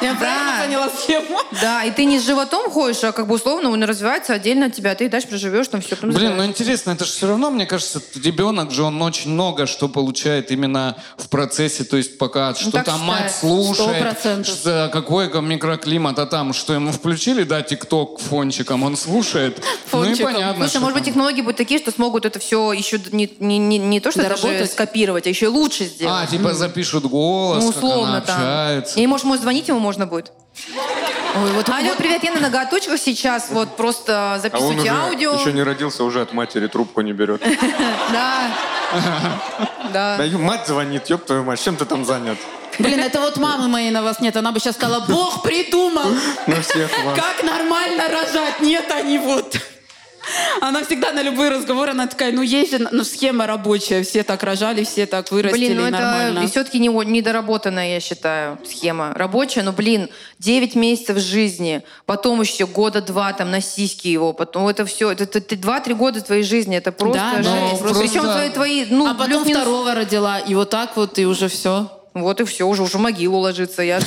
S2: Я
S8: правильно поняла
S2: схему.
S8: Да, и ты не с животом ходишь, а как бы условно он развивается отдельно от тебя. Ты дальше проживешь, там все.
S5: Блин, ну интересно, это же все равно, мне кажется, ребенок же, он очень много что получает именно в процессе, то есть пока, что
S8: Ну, так
S5: там мать
S8: считается.
S5: слушает,
S2: 100%.
S5: что- э, какой ко- микроклимат, а там, что ему включили, да, тикток фончиком, он слушает.
S2: Фончиком.
S5: Ну и понятно,
S8: Слушай,
S5: что
S8: может быть,
S5: там.
S8: технологии будут такие, что смогут это все еще не, не, не, не то, что даже
S2: Доработать?
S8: скопировать, а еще и лучше сделать.
S5: А, типа запишут голос,
S8: ну,
S5: как она
S8: условно там.
S5: общается.
S8: И, может, может, звонить ему можно будет?
S2: Ой, вот
S8: Алло, привет, я на ноготочках сейчас, вот просто
S4: А он
S8: записывайте
S4: уже
S8: аудио.
S4: еще не родился, уже от матери трубку не берет.
S8: [LAUGHS] Да.
S4: Да
S8: Да.
S4: ё- мать звонит, ёб твою мать, чем ты там занят?
S2: Блин, это вот мамы моей на вас нет. Она бы сейчас сказала, Бог придумал,
S4: На всех вас.
S2: как нормально рожать. Нет, они вот. Она всегда на любые разговоры, она такая, ну есть же ну, схема рабочая, все так рожали, все так вырастили,
S8: Блин, ну это
S2: нормально.
S8: все-таки не, недоработанная, я считаю, схема. Рабочая, но, блин, 9 месяцев жизни, потом еще года два там на сиськи его, потом это все, это, это, 2-3 года твоей жизни, это ну, просто
S2: Да,
S8: жесть.
S2: но
S5: просто-
S8: Причем твои, твои, ну,
S2: а потом
S8: плюс-минус-
S2: второго родила, и вот так вот, и уже все.
S8: Вот и все, уже, уже в могилу ложится. Я,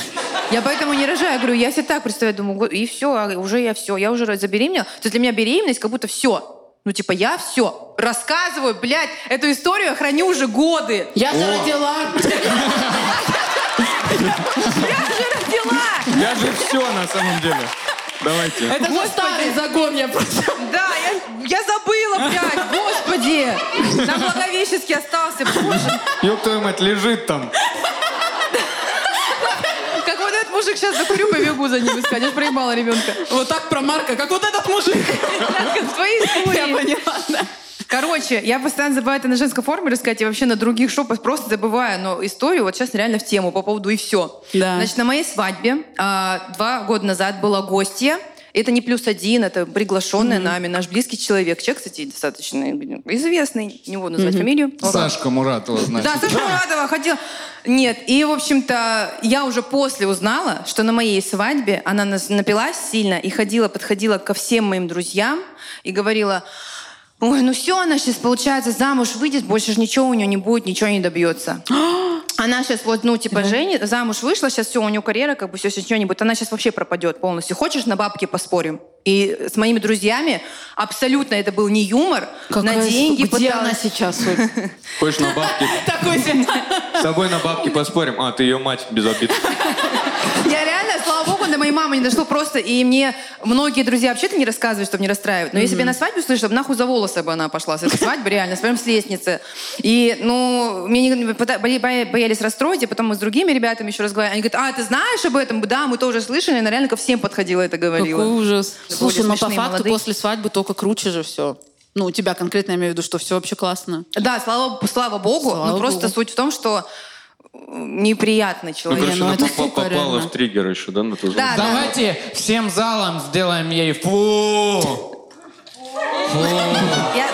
S8: я поэтому не рожаю. Я говорю, я себе так представляю, думаю, го- и все, уже я все, я уже раз- забеременела. То есть для меня беременность как будто все. Ну, типа, я все. Рассказываю, блядь, эту историю я храню уже годы.
S2: Я же родила.
S8: [LAUGHS] Я же родила!
S4: Я же все на самом деле. Давайте.
S2: Это же старый загон, я просто...
S8: Да, я, я забыла, блядь, господи! На Благовещенске остался, боже.
S4: Ёб твою мать, лежит там.
S8: Как вот этот мужик сейчас закурю, побегу за ним искать. Я ж проебала ребенка.
S2: Вот так про Марка, как вот этот мужик.
S8: Твои
S2: Я
S8: истории.
S2: поняла, да.
S8: Короче, я постоянно забываю это на женской форме рассказать, и вообще на других шопах просто забываю, но историю вот сейчас реально в тему по поводу и все.
S2: Да.
S8: Значит, на моей свадьбе а, два года назад была гостья. Это не плюс один, это приглашенная нами, наш близкий человек. Человек, кстати, достаточно известный, не буду назвать фамилию.
S5: Сашка Муратова, значит.
S8: Да, Саша Муратова ходила. Нет, и, в общем-то, я уже после узнала, что на моей свадьбе она нас- напилась сильно и ходила, подходила ко всем моим друзьям и говорила, ой, ну все, она сейчас, получается, замуж выйдет, больше же ничего у нее не будет, ничего
S2: [GASPS]
S8: не добьется. Она сейчас вот, ну, типа, женит, замуж вышла, сейчас все, у нее карьера, как бы все, сейчас ничего-нибудь. Она сейчас вообще пропадет полностью. Хочешь, на бабки поспорим? И с моими друзьями абсолютно это был не юмор, на деньги.
S2: Где
S8: пыталась-
S2: она сейчас?
S4: Хочешь на бабки?
S2: Такой себе.
S4: С тобой на бабки поспорим. А, ты ее мать без обид.
S8: Я реально, слава богу, на моей мамы не дошло просто, и мне многие друзья вообще-то не рассказывают, чтобы не расстраивать. Но если бы я на свадьбу слышала, бы нахуй за волосы бы она пошла с этой свадьбы, реально, с- прям с лестницы. И, ну, меня не- пота- боя- боя- боялись расстроить, и потом мы с другими ребятами еще разговаривали. Они говорят, а, ты знаешь об этом? Да, мы тоже слышали, она реально ко всем подходила это
S2: Какой
S8: говорила.
S2: ужас.
S8: Да
S2: Слушай,
S8: более
S2: но по
S8: смешные
S2: факту
S8: молодые.
S2: после свадьбы только круче же все. Ну, у тебя конкретно я имею в виду, что все вообще классно.
S8: Да, слава, слава богу,
S2: Слава
S8: но просто
S2: богу.
S8: суть в том, что э, неприятный
S4: Ну,
S8: человек.
S2: Не,
S4: короче,
S2: ну
S4: она
S2: это
S4: попа-
S2: сука,
S4: попала
S2: реально.
S4: в триггер еще, да, на ту же?
S8: Да, да.
S5: Давайте всем залом сделаем ей фу.
S8: Я-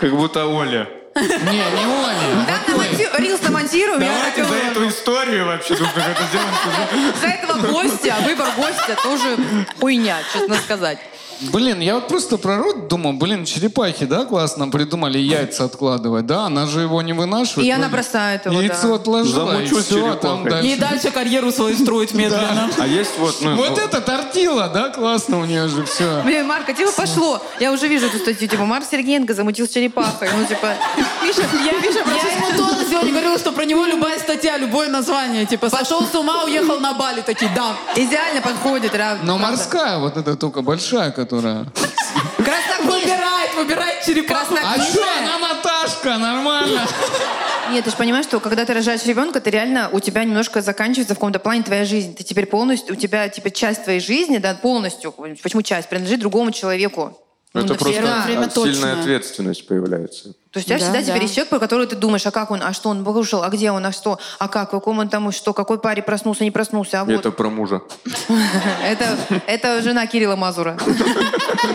S4: Как будто Оля.
S5: Не, не Оля.
S8: Да, намонти- Рилс намонтируем. я
S4: Давайте
S8: хотела-
S4: за эту историю вообще думаю, как это сделать.
S8: За этого гостя, выбор гостя тоже хуйня, честно сказать.
S5: Блин, я вот просто про рот думал, блин, черепахи, да, классно придумали яйца откладывать, да, она же его не вынашивает.
S8: И она
S5: вроде.
S8: бросает его,
S5: Яйцо
S8: да.
S5: отложила, и
S4: Замучу
S5: все, там
S4: черепахой.
S5: дальше.
S9: И дальше карьеру свою строить медленно.
S4: А есть вот, ну,
S5: Вот
S4: ну,
S5: это тортила, да, классно у нее же все.
S8: Блин, Марка, типа пошло. Я уже вижу эту статью, типа, Марк Сергеенко замутил с черепахой. Ну, типа, Миша, я Миша
S2: Я ему тоже сегодня говорила, что про него любая статья, любое название. Типа, сошел с ума, уехал на Бали. Такие, да.
S8: Идеально подходит, ра-
S5: Но
S8: правда.
S5: морская вот эта только большая, которая.
S8: Краснокнижная.
S2: Выбирает, выбирает черепаху.
S5: А что,
S8: Краснокнижная.
S5: она Наташка, нормально.
S8: Нет, ты же понимаешь, что когда ты рожаешь ребенка, ты реально, у тебя немножко заканчивается в каком-то плане твоя жизнь. Ты теперь полностью, у тебя, типа, часть твоей жизни, да, полностью, почему часть, принадлежит другому человеку.
S4: Ну,
S8: Ну,
S4: это
S2: на
S4: просто
S2: первое время
S4: от-
S2: точно.
S4: сильная ответственность появляется.
S8: То есть у тебя
S2: Да,
S8: всегда
S2: да.
S8: теперь есть человек, про которого ты думаешь, а как он, а что он покушал, а где он, а что, а как, в каком он там, и что, какой паре проснулся, не проснулся, а вот.
S4: Это про мужа.
S8: Это, это жена Кирилла Мазура.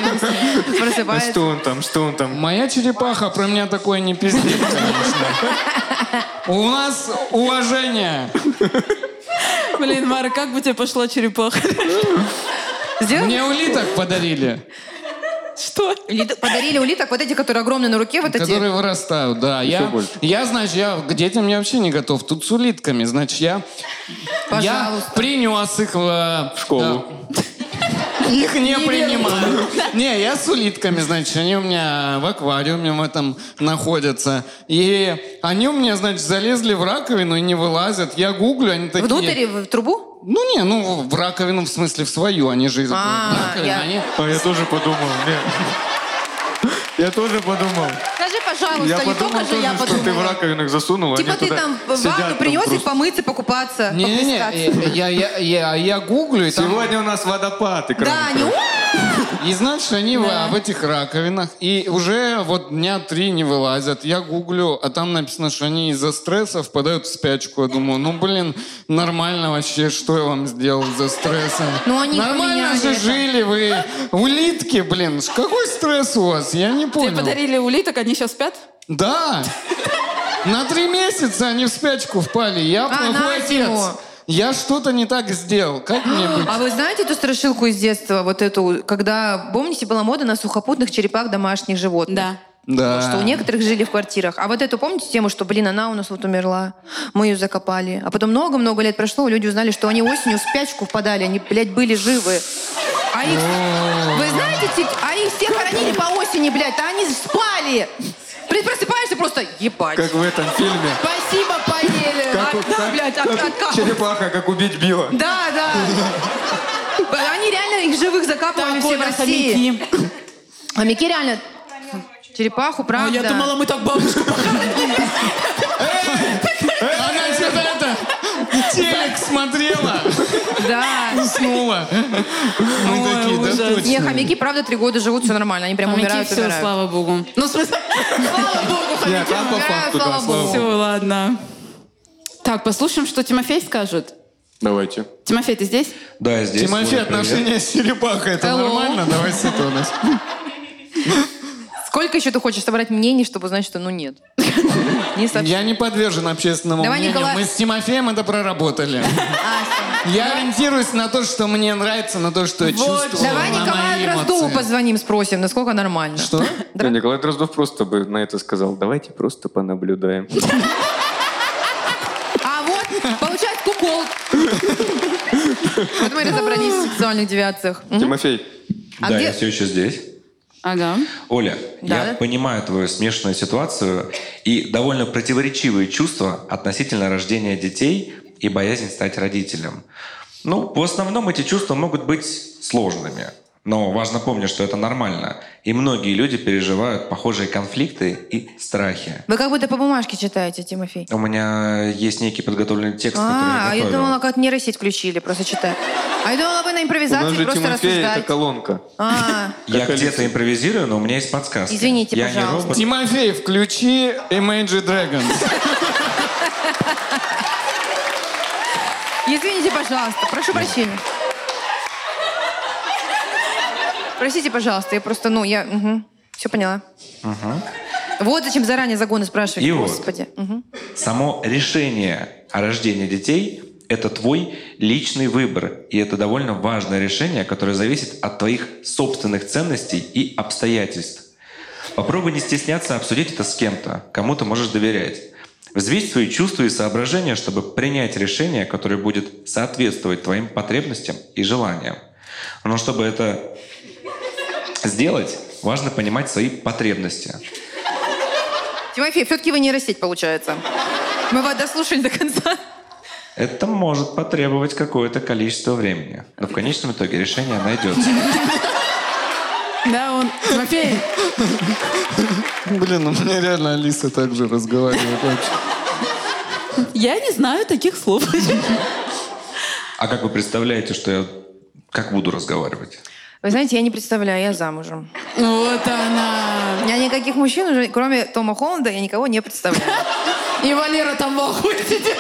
S4: А
S8: Просыпается.
S4: что он там, что он там?
S5: Моя черепаха про меня такое не пиздит, конечно. У нас уважение.
S9: Блин, Мара, как бы тебе пошла черепаха? [LAUGHS]
S8: Сделай-
S5: Мне улиток подарили,
S9: Что?
S8: Ули- Подарили улиток вот эти, которые огромные на руке, вот эти.
S5: которые вырастают, да.
S4: Еще
S5: Я,
S4: больше.
S5: я, значит, я к детям я вообще не готов. Тут с улитками, значит, я, я
S8: Пожалуйста.
S5: принес их в, в
S4: школу.
S5: Их не принимаю. Не, я с улитками, значит, они у меня в аквариуме в этом находятся. И они у меня, значит, залезли в раковину и не вылазят. Я гуглю, они такие...
S8: Внутрь, в трубу?
S5: Ну не, ну в раковину, в смысле в свою, они же из
S8: А,
S5: раковины.
S8: я-
S5: Они-
S4: А я тоже подумал. нет. Я тоже подумал.
S8: Скажи,
S4: Я
S8: пожалуйста, не
S4: подумал
S8: только же я
S4: тоже, что ты в
S8: подумала.
S4: раковинах засунул,
S8: Типа
S4: они
S8: ты
S4: туда
S8: там в
S4: сидят
S8: ванну
S4: там
S8: принес их
S4: просто.
S8: помыться, покупаться,
S5: Не-не-не,
S8: поплескаться.
S5: я, я, я, а я гуглю, и, там-
S4: Сегодня у нас водопад. и
S8: Да,
S4: кран.
S8: они... «Ух,
S5: и значит, они в- в этих раковинах, и уже вот дня три не вылазят. Я гуглю, а там написано, что они из-за стресса впадают в спячку. Я думаю, ну, блин, нормально вообще, что я вам сделал из-за стресса?
S8: Ну, они
S5: нормально
S8: поменяли
S5: же
S8: это.
S5: жили вы. Улитки, блин, какой стресс у вас? Я не понял.
S9: Тебе подарили улиток, они сейчас спят?
S5: Да! На три месяца они в спячку впали. Я
S8: А, на
S5: плохой
S8: зиму.
S5: отец. Я что-то не так сделал. Как мне быть?
S8: А вы знаете эту страшилку из детства, вот эту, когда, помните, была мода на сухопутных черепах домашних животных?
S2: Да.
S5: Да.
S8: Что у некоторых жили в квартирах. А вот эту, помните тему, что, блин, она у нас вот умерла, мы ее закопали. А потом много-много лет прошло, люди узнали, что они осенью в спячку впадали, они, блядь, были живы. А их... Вы знаете, те- а их все хоронили по осени, блядь, а они спали. При- Просыпаешься просто, ебать.
S4: Как в этом фильме.
S8: Спасибо, поели.
S4: Как,
S8: А,
S4: у-
S8: да,
S4: как-
S8: блядь, а-
S4: как
S8: а- как-
S4: черепаха, как убить Билла.
S8: Да, да. Они реально их живых закапывали все в
S9: Коля,
S8: России.
S9: хомяки.
S8: Хомяки реально... Черепаху,
S9: А
S8: правда.
S9: я думала, мы так бабушку
S8: Э,
S5: Она что-то это... Телек смотрела,
S8: Да.
S9: [LAUGHS]
S5: уснула. Мы
S9: Ой,
S5: такие, да
S9: ужас.
S5: точно.
S8: Не, хомяки, правда, три года живут, все нормально. Они прям
S2: Хомяки,
S8: умирают,
S2: все,
S8: умирают.
S2: слава богу. Ну, в
S8: [LAUGHS]
S2: смысле, слава богу,
S4: Нет,
S2: хомяки.
S4: там по
S8: Умираю,
S4: факту,
S8: слава
S4: да, слава
S8: богу.
S4: богу.
S2: Все, ладно. Так, послушаем, что Тимофей скажет.
S4: Давайте.
S2: Тимофей, ты здесь?
S7: Да, я здесь.
S5: Тимофей,
S7: Оля, привет.
S5: отношения с черепахой, это
S8: Hello.
S5: нормально? Давай с этого начнем.
S8: Сколько еще ты хочешь собрать мнений, чтобы узнать, что ну нет? [LAUGHS] Не совсем.
S5: Я не подвержен общественному
S8: Давай,
S5: мнению.
S8: Николай.
S5: Мы с Тимофеем это проработали.
S8: Ася.
S5: Я ориентируюсь на то, что мне нравится, на то, что я чувствую.
S8: Давай
S5: на мои
S8: Николаю Дроздову
S5: эмоции.
S8: позвоним, спросим, насколько нормально.
S5: Что?
S8: Дра-
S4: Николай Дроздов просто бы на это сказал. Давайте просто понаблюдаем.
S8: А вот, получается, кукол. Вот мы разобрались в сексуальных девиациях.
S4: [LAUGHS]
S8: Мгм.
S4: Тимофей,
S8: А
S7: да,
S8: где-
S7: я все еще здесь.
S2: Ага.
S7: Оля,
S8: Да.
S7: я понимаю твою смешанную ситуацию и довольно противоречивые чувства относительно рождения детей и боязнь стать родителем. Ну, в основном эти чувства могут быть сложными. Но важно помнить, что это нормально. И многие люди переживают похожие конфликты и страхи.
S8: Вы как будто по бумажке читаете, Тимофей.
S7: У меня есть некий подготовленный текст,
S8: А, а
S7: который я
S8: я
S7: готовил.
S8: думала, как нейросеть включили, просто читаю. А я думала, вы на
S4: У нас
S8: импровизации
S4: же Тимофей
S8: просто
S4: это
S8: рассуждаете.
S4: колонка.
S8: А,
S7: Я
S4: Как
S7: где-то
S4: Алиса.
S7: импровизирую, но у меня есть подсказки.
S8: Извините,
S7: я
S8: пожалуйста.
S7: Не робот.
S5: Тимофей, включи Imagine Dragons.
S8: извините, пожалуйста, прошу прощения. Простите, пожалуйста, я просто, ну, я, все поняла. Вот зачем заранее загоны спрашивать,
S7: И вот.
S8: господи. Мгм.
S7: Само решение о рождении детей – это твой личный выбор. И это довольно важное решение, которое зависит от твоих собственных ценностей и обстоятельств. Попробуй не стесняться обсудить это с кем-то, кому ты можешь доверять. Взвесь свои чувства и соображения, чтобы принять решение, которое будет соответствовать твоим потребностям и желаниям. Но чтобы это сделать, важно понимать свои потребности.
S8: Тимофей, все-таки вы нейросеть, получается. Мы вас дослушали до конца.
S7: Это может потребовать какое-то количество времени. Но в конечном итоге решение найдется.
S8: [LAUGHS]
S2: Да, он... Тимофей,
S5: Блин, у меня реально Алиса так же разговаривает вообще.
S9: Я не знаю таких слов.
S7: А как вы представляете, что я как буду разговаривать?
S8: Вы знаете, я не представляю, я замужем.
S2: вот она.
S8: Я никаких мужчин уже, кроме Тома Холланда, я никого не представляю.
S2: И Валера там в ахуе сидит.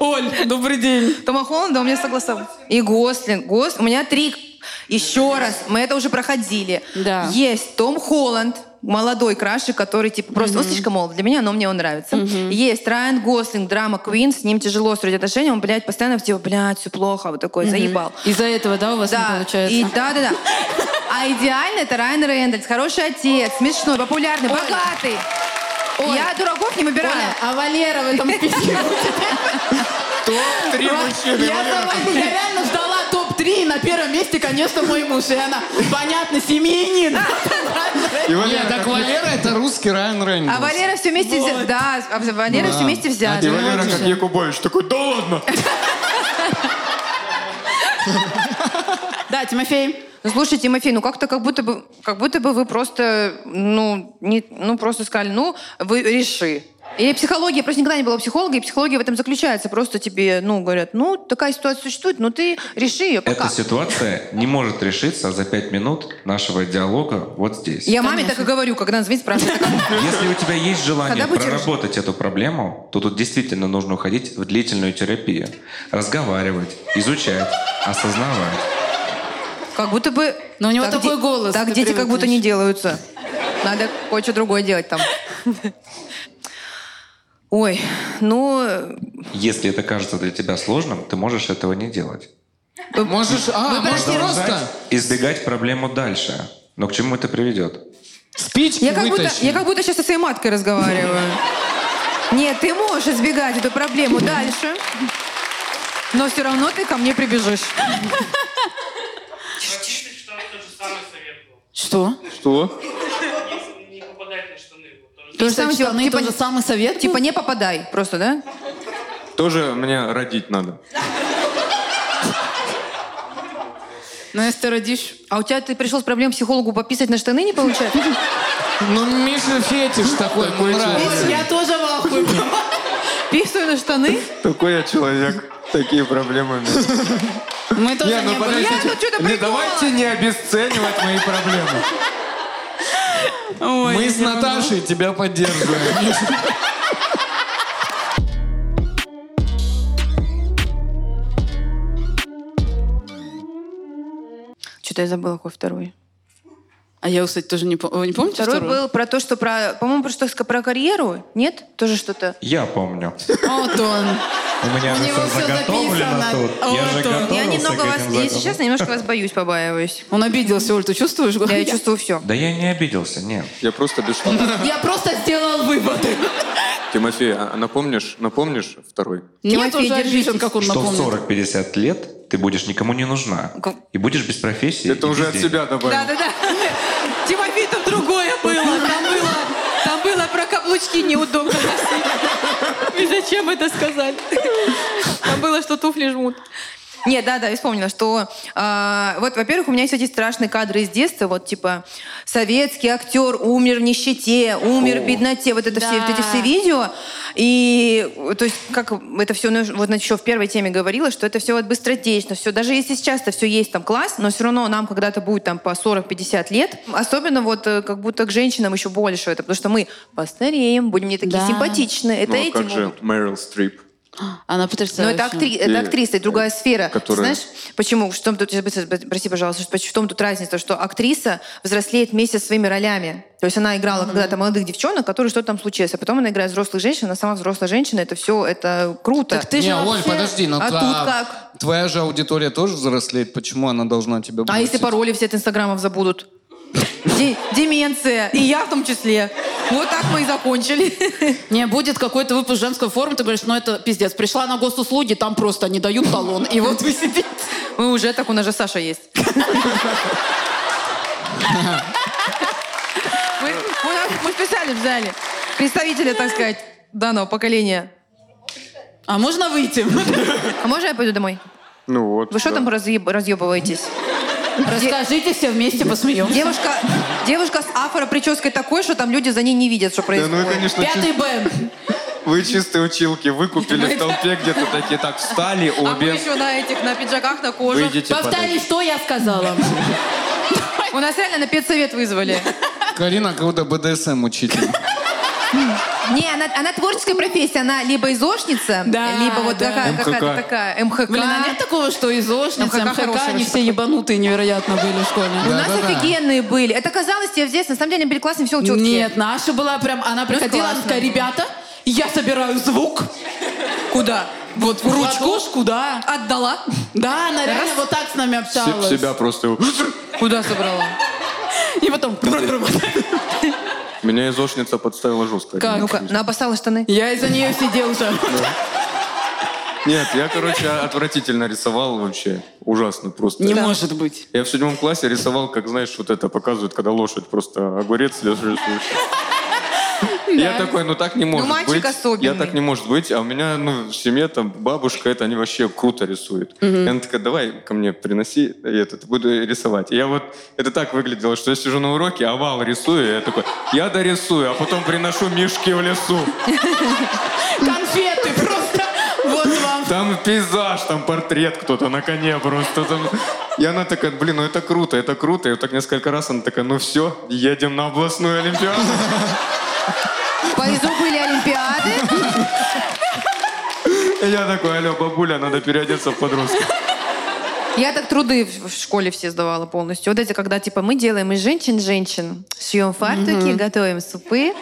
S2: Оль, добрый день.
S8: Тома Холланда у меня согласован. И Гослин. Гос... У меня три... Еще раз, мы это уже проходили.
S2: Да.
S8: Есть Том Холланд, молодой краши, который типа просто... Он слишком молод для меня, но мне он нравится. Есть Райан Гослинг, драма Квин, с ним тяжело строить отношения, он, блядь, постоянно типа, блядь, все плохо, вот такой, заебал.
S2: Из-за этого, да, у вас не
S8: Да,
S2: получается?
S8: и да, да, да. А идеально это Райан Рэндальс, хороший отец, смешной, популярный, богатый. Я дураков не выбираю.
S2: Оля, а Валера в этом списке
S5: Топ-3 мужчины.
S2: Я, давай- я реально ждала топ-3, на первом месте, конечно, мой муж. И она, понятно, семьянин.
S4: И Валера,
S5: Нет, так
S4: как-
S5: Валера это русский Райан Рейнольдс. А
S8: А Валера все вместе взял. Да, а Валера
S4: Ну
S8: все вместе взял.
S4: и А Валера как Якубович такой, да ладно.
S2: Да, Тимофей.
S8: Ну, слушай, Тимофей, ну как-то как будто бы, как будто бы вы просто, ну, не, ну просто сказали, ну, вы реши. Или психология, я просто никогда не была психолога, и психология в этом заключается. Просто тебе, ну, говорят, ну, такая ситуация существует, но ты реши ее пока.
S7: Эта ситуация не может решиться за пять минут нашего диалога вот здесь.
S8: Я маме так и говорю, когда она звонит, спрашивает. «А как?»
S7: Если у тебя есть желание
S8: Когда будете
S7: проработать эту проблему, то тут действительно нужно уходить в длительную терапию. Разговаривать, изучать, осознавать.
S8: Как будто бы...
S2: Но у него
S8: так
S2: такой
S8: де-
S2: голос,
S8: Так
S2: ты
S8: дети как будто не
S2: привыкнешь.
S8: делаются. Надо кое-что другое делать там. Ой, ну,
S7: Если это кажется для тебя сложным, ты можешь этого не делать.
S5: Можешь, а, можешь просто
S7: Избегать проблему дальше. Но к чему это приведет?
S5: спички
S8: Я как, будто,
S5: вытащи.
S8: я как будто сейчас со своей маткой разговариваю. Нет, ты можешь избегать эту проблему дальше, но все равно ты ко мне прибежишь.
S10: Практически что тот же самый совет был.
S2: Что?
S4: Что?
S10: Если не попадать на штаны, вот тоже.
S2: То же
S8: Сам
S2: самое,
S8: типа-
S2: штаны,
S8: типа-
S2: тот же самый совет?
S8: Типа не попадай просто, да?
S4: Тоже мне родить надо.
S2: Ну, если ты родишь...
S8: А у тебя ты пришел с проблемой к психологу пописать на штаны не получается?
S5: Ну, Миша фетиш такой, ему нравится.
S2: Я тоже в ахуе.
S8: Писаю на штаны?
S4: Такой я человек. [LAUGHS] Такие проблемы. у меня.
S2: Мы тоже
S4: Не, ну
S2: не были.
S8: Я
S4: подождите.
S8: тут что-то
S4: Не,
S8: придумала.
S4: давайте не обесценивать мои проблемы.
S2: Ой,
S5: Мы с Наташей тебя поддерживаем.
S8: [LAUGHS]
S5: Миша.
S8: Что-то я забыла, какой второй.
S2: А я, кстати, тоже не помню. Не помните
S8: Второй
S2: вторую?
S8: был про то, что про... По-моему, про, что, про карьеру? Нет? Тоже что-то...
S7: Я помню.
S2: А Вот он.
S7: У меня
S2: У
S7: же
S2: него
S7: всё
S2: всё
S7: заготовлено
S2: записано.
S7: тут.
S2: Вот
S7: Я же
S2: он. Я
S8: Я
S7: готовился
S8: немного
S7: к
S8: вас...
S7: этим
S8: Я
S7: заготовкам.
S8: сейчас немножко вас боюсь, побаиваюсь.
S2: Он обиделся, Оль, ты чувствуешь? [LAUGHS]
S8: Я чувствую все.
S7: Да я не обиделся, нет.
S4: Я просто без штанов.
S2: Я просто сделал выводы.
S4: Тимофей, а напомнишь, напомнишь второй?
S2: Нет,
S8: Тимофей,
S2: уже обижен,
S8: держитесь.
S2: как он
S7: что в
S2: напомнил.
S7: 40-50 лет ты будешь никому не нужна.
S8: Как-
S7: И будешь без профессии.
S4: Это
S7: и
S4: уже
S7: без
S4: от
S7: денег.
S4: себя добавил.
S8: да. Тимофей, там другое было. Там было, там было про каблучки. каблучки неудобно носить. И зачем это сказали? Там было, что туфли жмут. Нет, да, да, я вспомнила, что э, вот, во-первых, у меня есть эти страшные кадры из детства, вот типа советский актер умер в нищете, умер в бедноте, вот это все, вот эти все видео. И э, то есть как это все, ну, вот еще в первой теме говорила, что это все вот быстротечно, все, даже если сейчас-то все есть там класс, но все равно нам когда-то будет там по 40-50 лет, особенно вот э, как будто к женщинам еще больше это, потому что мы постареем, будем не такие
S2: Да.
S8: симпатичные, это
S4: Ну, а
S8: эти
S4: как же
S8: могут.
S4: Мэрил Стрип?
S2: Она
S8: Но
S2: потрясающая.
S8: Ну, это, актри-
S4: И-
S5: Э,
S8: это актриса, это другая сфера. Ты
S4: которая-
S8: Знаешь, почему? В чем тут, прости, пожалуйста, что- в чем тут разница, что актриса взрослеет вместе со своими ролями. То есть она играла когда-то молодых девчонок, которые что-то там случилось, а потом она играет взрослых женщин, она сама взрослая женщина, это все, это круто.
S2: Так ты же
S5: Не, Оль,
S2: вообще-
S5: подожди, ну но
S8: А
S5: та-
S8: тут как?
S5: твоя же аудитория тоже взрослеет, почему она должна тебя
S8: А если
S5: бросить?
S8: пароли все от инстаграмов забудут? Де- Деменция. И я в том числе. Вот так мы и закончили.
S2: Не, будет какой-то выпуск женского форума, ты говоришь, ну это пиздец. Пришла на госуслуги, там просто не дают талон. И вот вы сидите.
S8: Мы уже так, у нас же Саша есть. Мы, у нас- мы специально взяли представителя, так сказать, данного поколения.
S2: А можно выйти?
S8: А можно я пойду домой?
S4: Ну вот.
S8: Вы что
S4: да.
S8: там разъеб- разъебываетесь?
S2: [LAUGHS] Расскажите, все вместе посмеемся.
S8: Девушка, девушка с афро прической такой, что там люди за ней не видят, что
S4: Да, ну
S8: происходит.
S4: вы, конечно,
S2: Пятый
S4: чис-
S2: Б.
S4: вы чистые училки выкупили в толпе где-то такие, так встали
S8: а мы
S4: обе,
S8: еще на этих, на пиджаках, на коже.
S4: выйдите
S2: Повтори, что я сказала.
S8: У нас реально на педсовет вызвали.
S5: Карина кого-то БДСМ учитель.
S8: Не, она, она творческая профессия, она либо изошница,
S2: Да,
S8: либо вот
S2: да.
S8: такая, какая-то
S4: МХК.
S8: такая, МХК.
S2: Блин, а нет такого, что из Ошницы,
S8: МХК
S2: МХК,
S8: хорошая
S2: они
S8: вообще
S2: все ебанутые невероятно были в
S8: У
S2: школе.
S8: нас
S5: Да-да-да.
S8: офигенные были. Это казалось тебе в детстве. На самом деле они были классные все училки.
S2: Нет, наша была прям, она приходила, она
S8: классно.
S2: такая, ребята, я собираю звук. Куда? Вот в ручку. да.
S8: Отдала?
S2: Да, она реально вот так с нами
S4: по- се-
S2: общалась.
S4: себя [LAUGHS] просто.
S8: Куда собрала?
S2: И потом...
S4: Меня изошница подставила жестко.
S2: Как?
S8: Ну-ка, ну, она обоссала штаны.
S2: Я из-за [LAUGHS] нее сидел уже.
S4: Нет, я, короче, отвратительно рисовал вообще. Ужасно просто.
S2: Не может быть.
S4: Я в седьмом классе рисовал, как, знаешь, вот это показывают, когда лошадь просто огурец лежит. Я такой, ну так не может
S8: мальчик
S4: быть. Я
S8: особенный.
S4: так не может быть. А у меня, ну, в семье там бабушка, это они вообще круто рисуют. И Она такая, давай ко мне приноси, я этот, буду рисовать. И я вот, это так выглядело, что я сижу на уроке, овал рисую, и я такой, я дорисую, а потом приношу мишки в лесу.
S2: Конфеты просто. Вот вам.
S4: Там пейзаж, там портрет кто-то на коне просто. Там... И она такая, блин, ну это круто, это круто. И вот так несколько раз она такая, ну все, едем на областную олимпиаду.
S8: По изу были олимпиады.
S4: И я такой, алло, бабуля, надо переодеться в подростка.
S8: Я так труды в в школе все сдавала полностью. Вот эти, когда типа мы делаем из женщин женщин, шьем фартуки, готовим супы.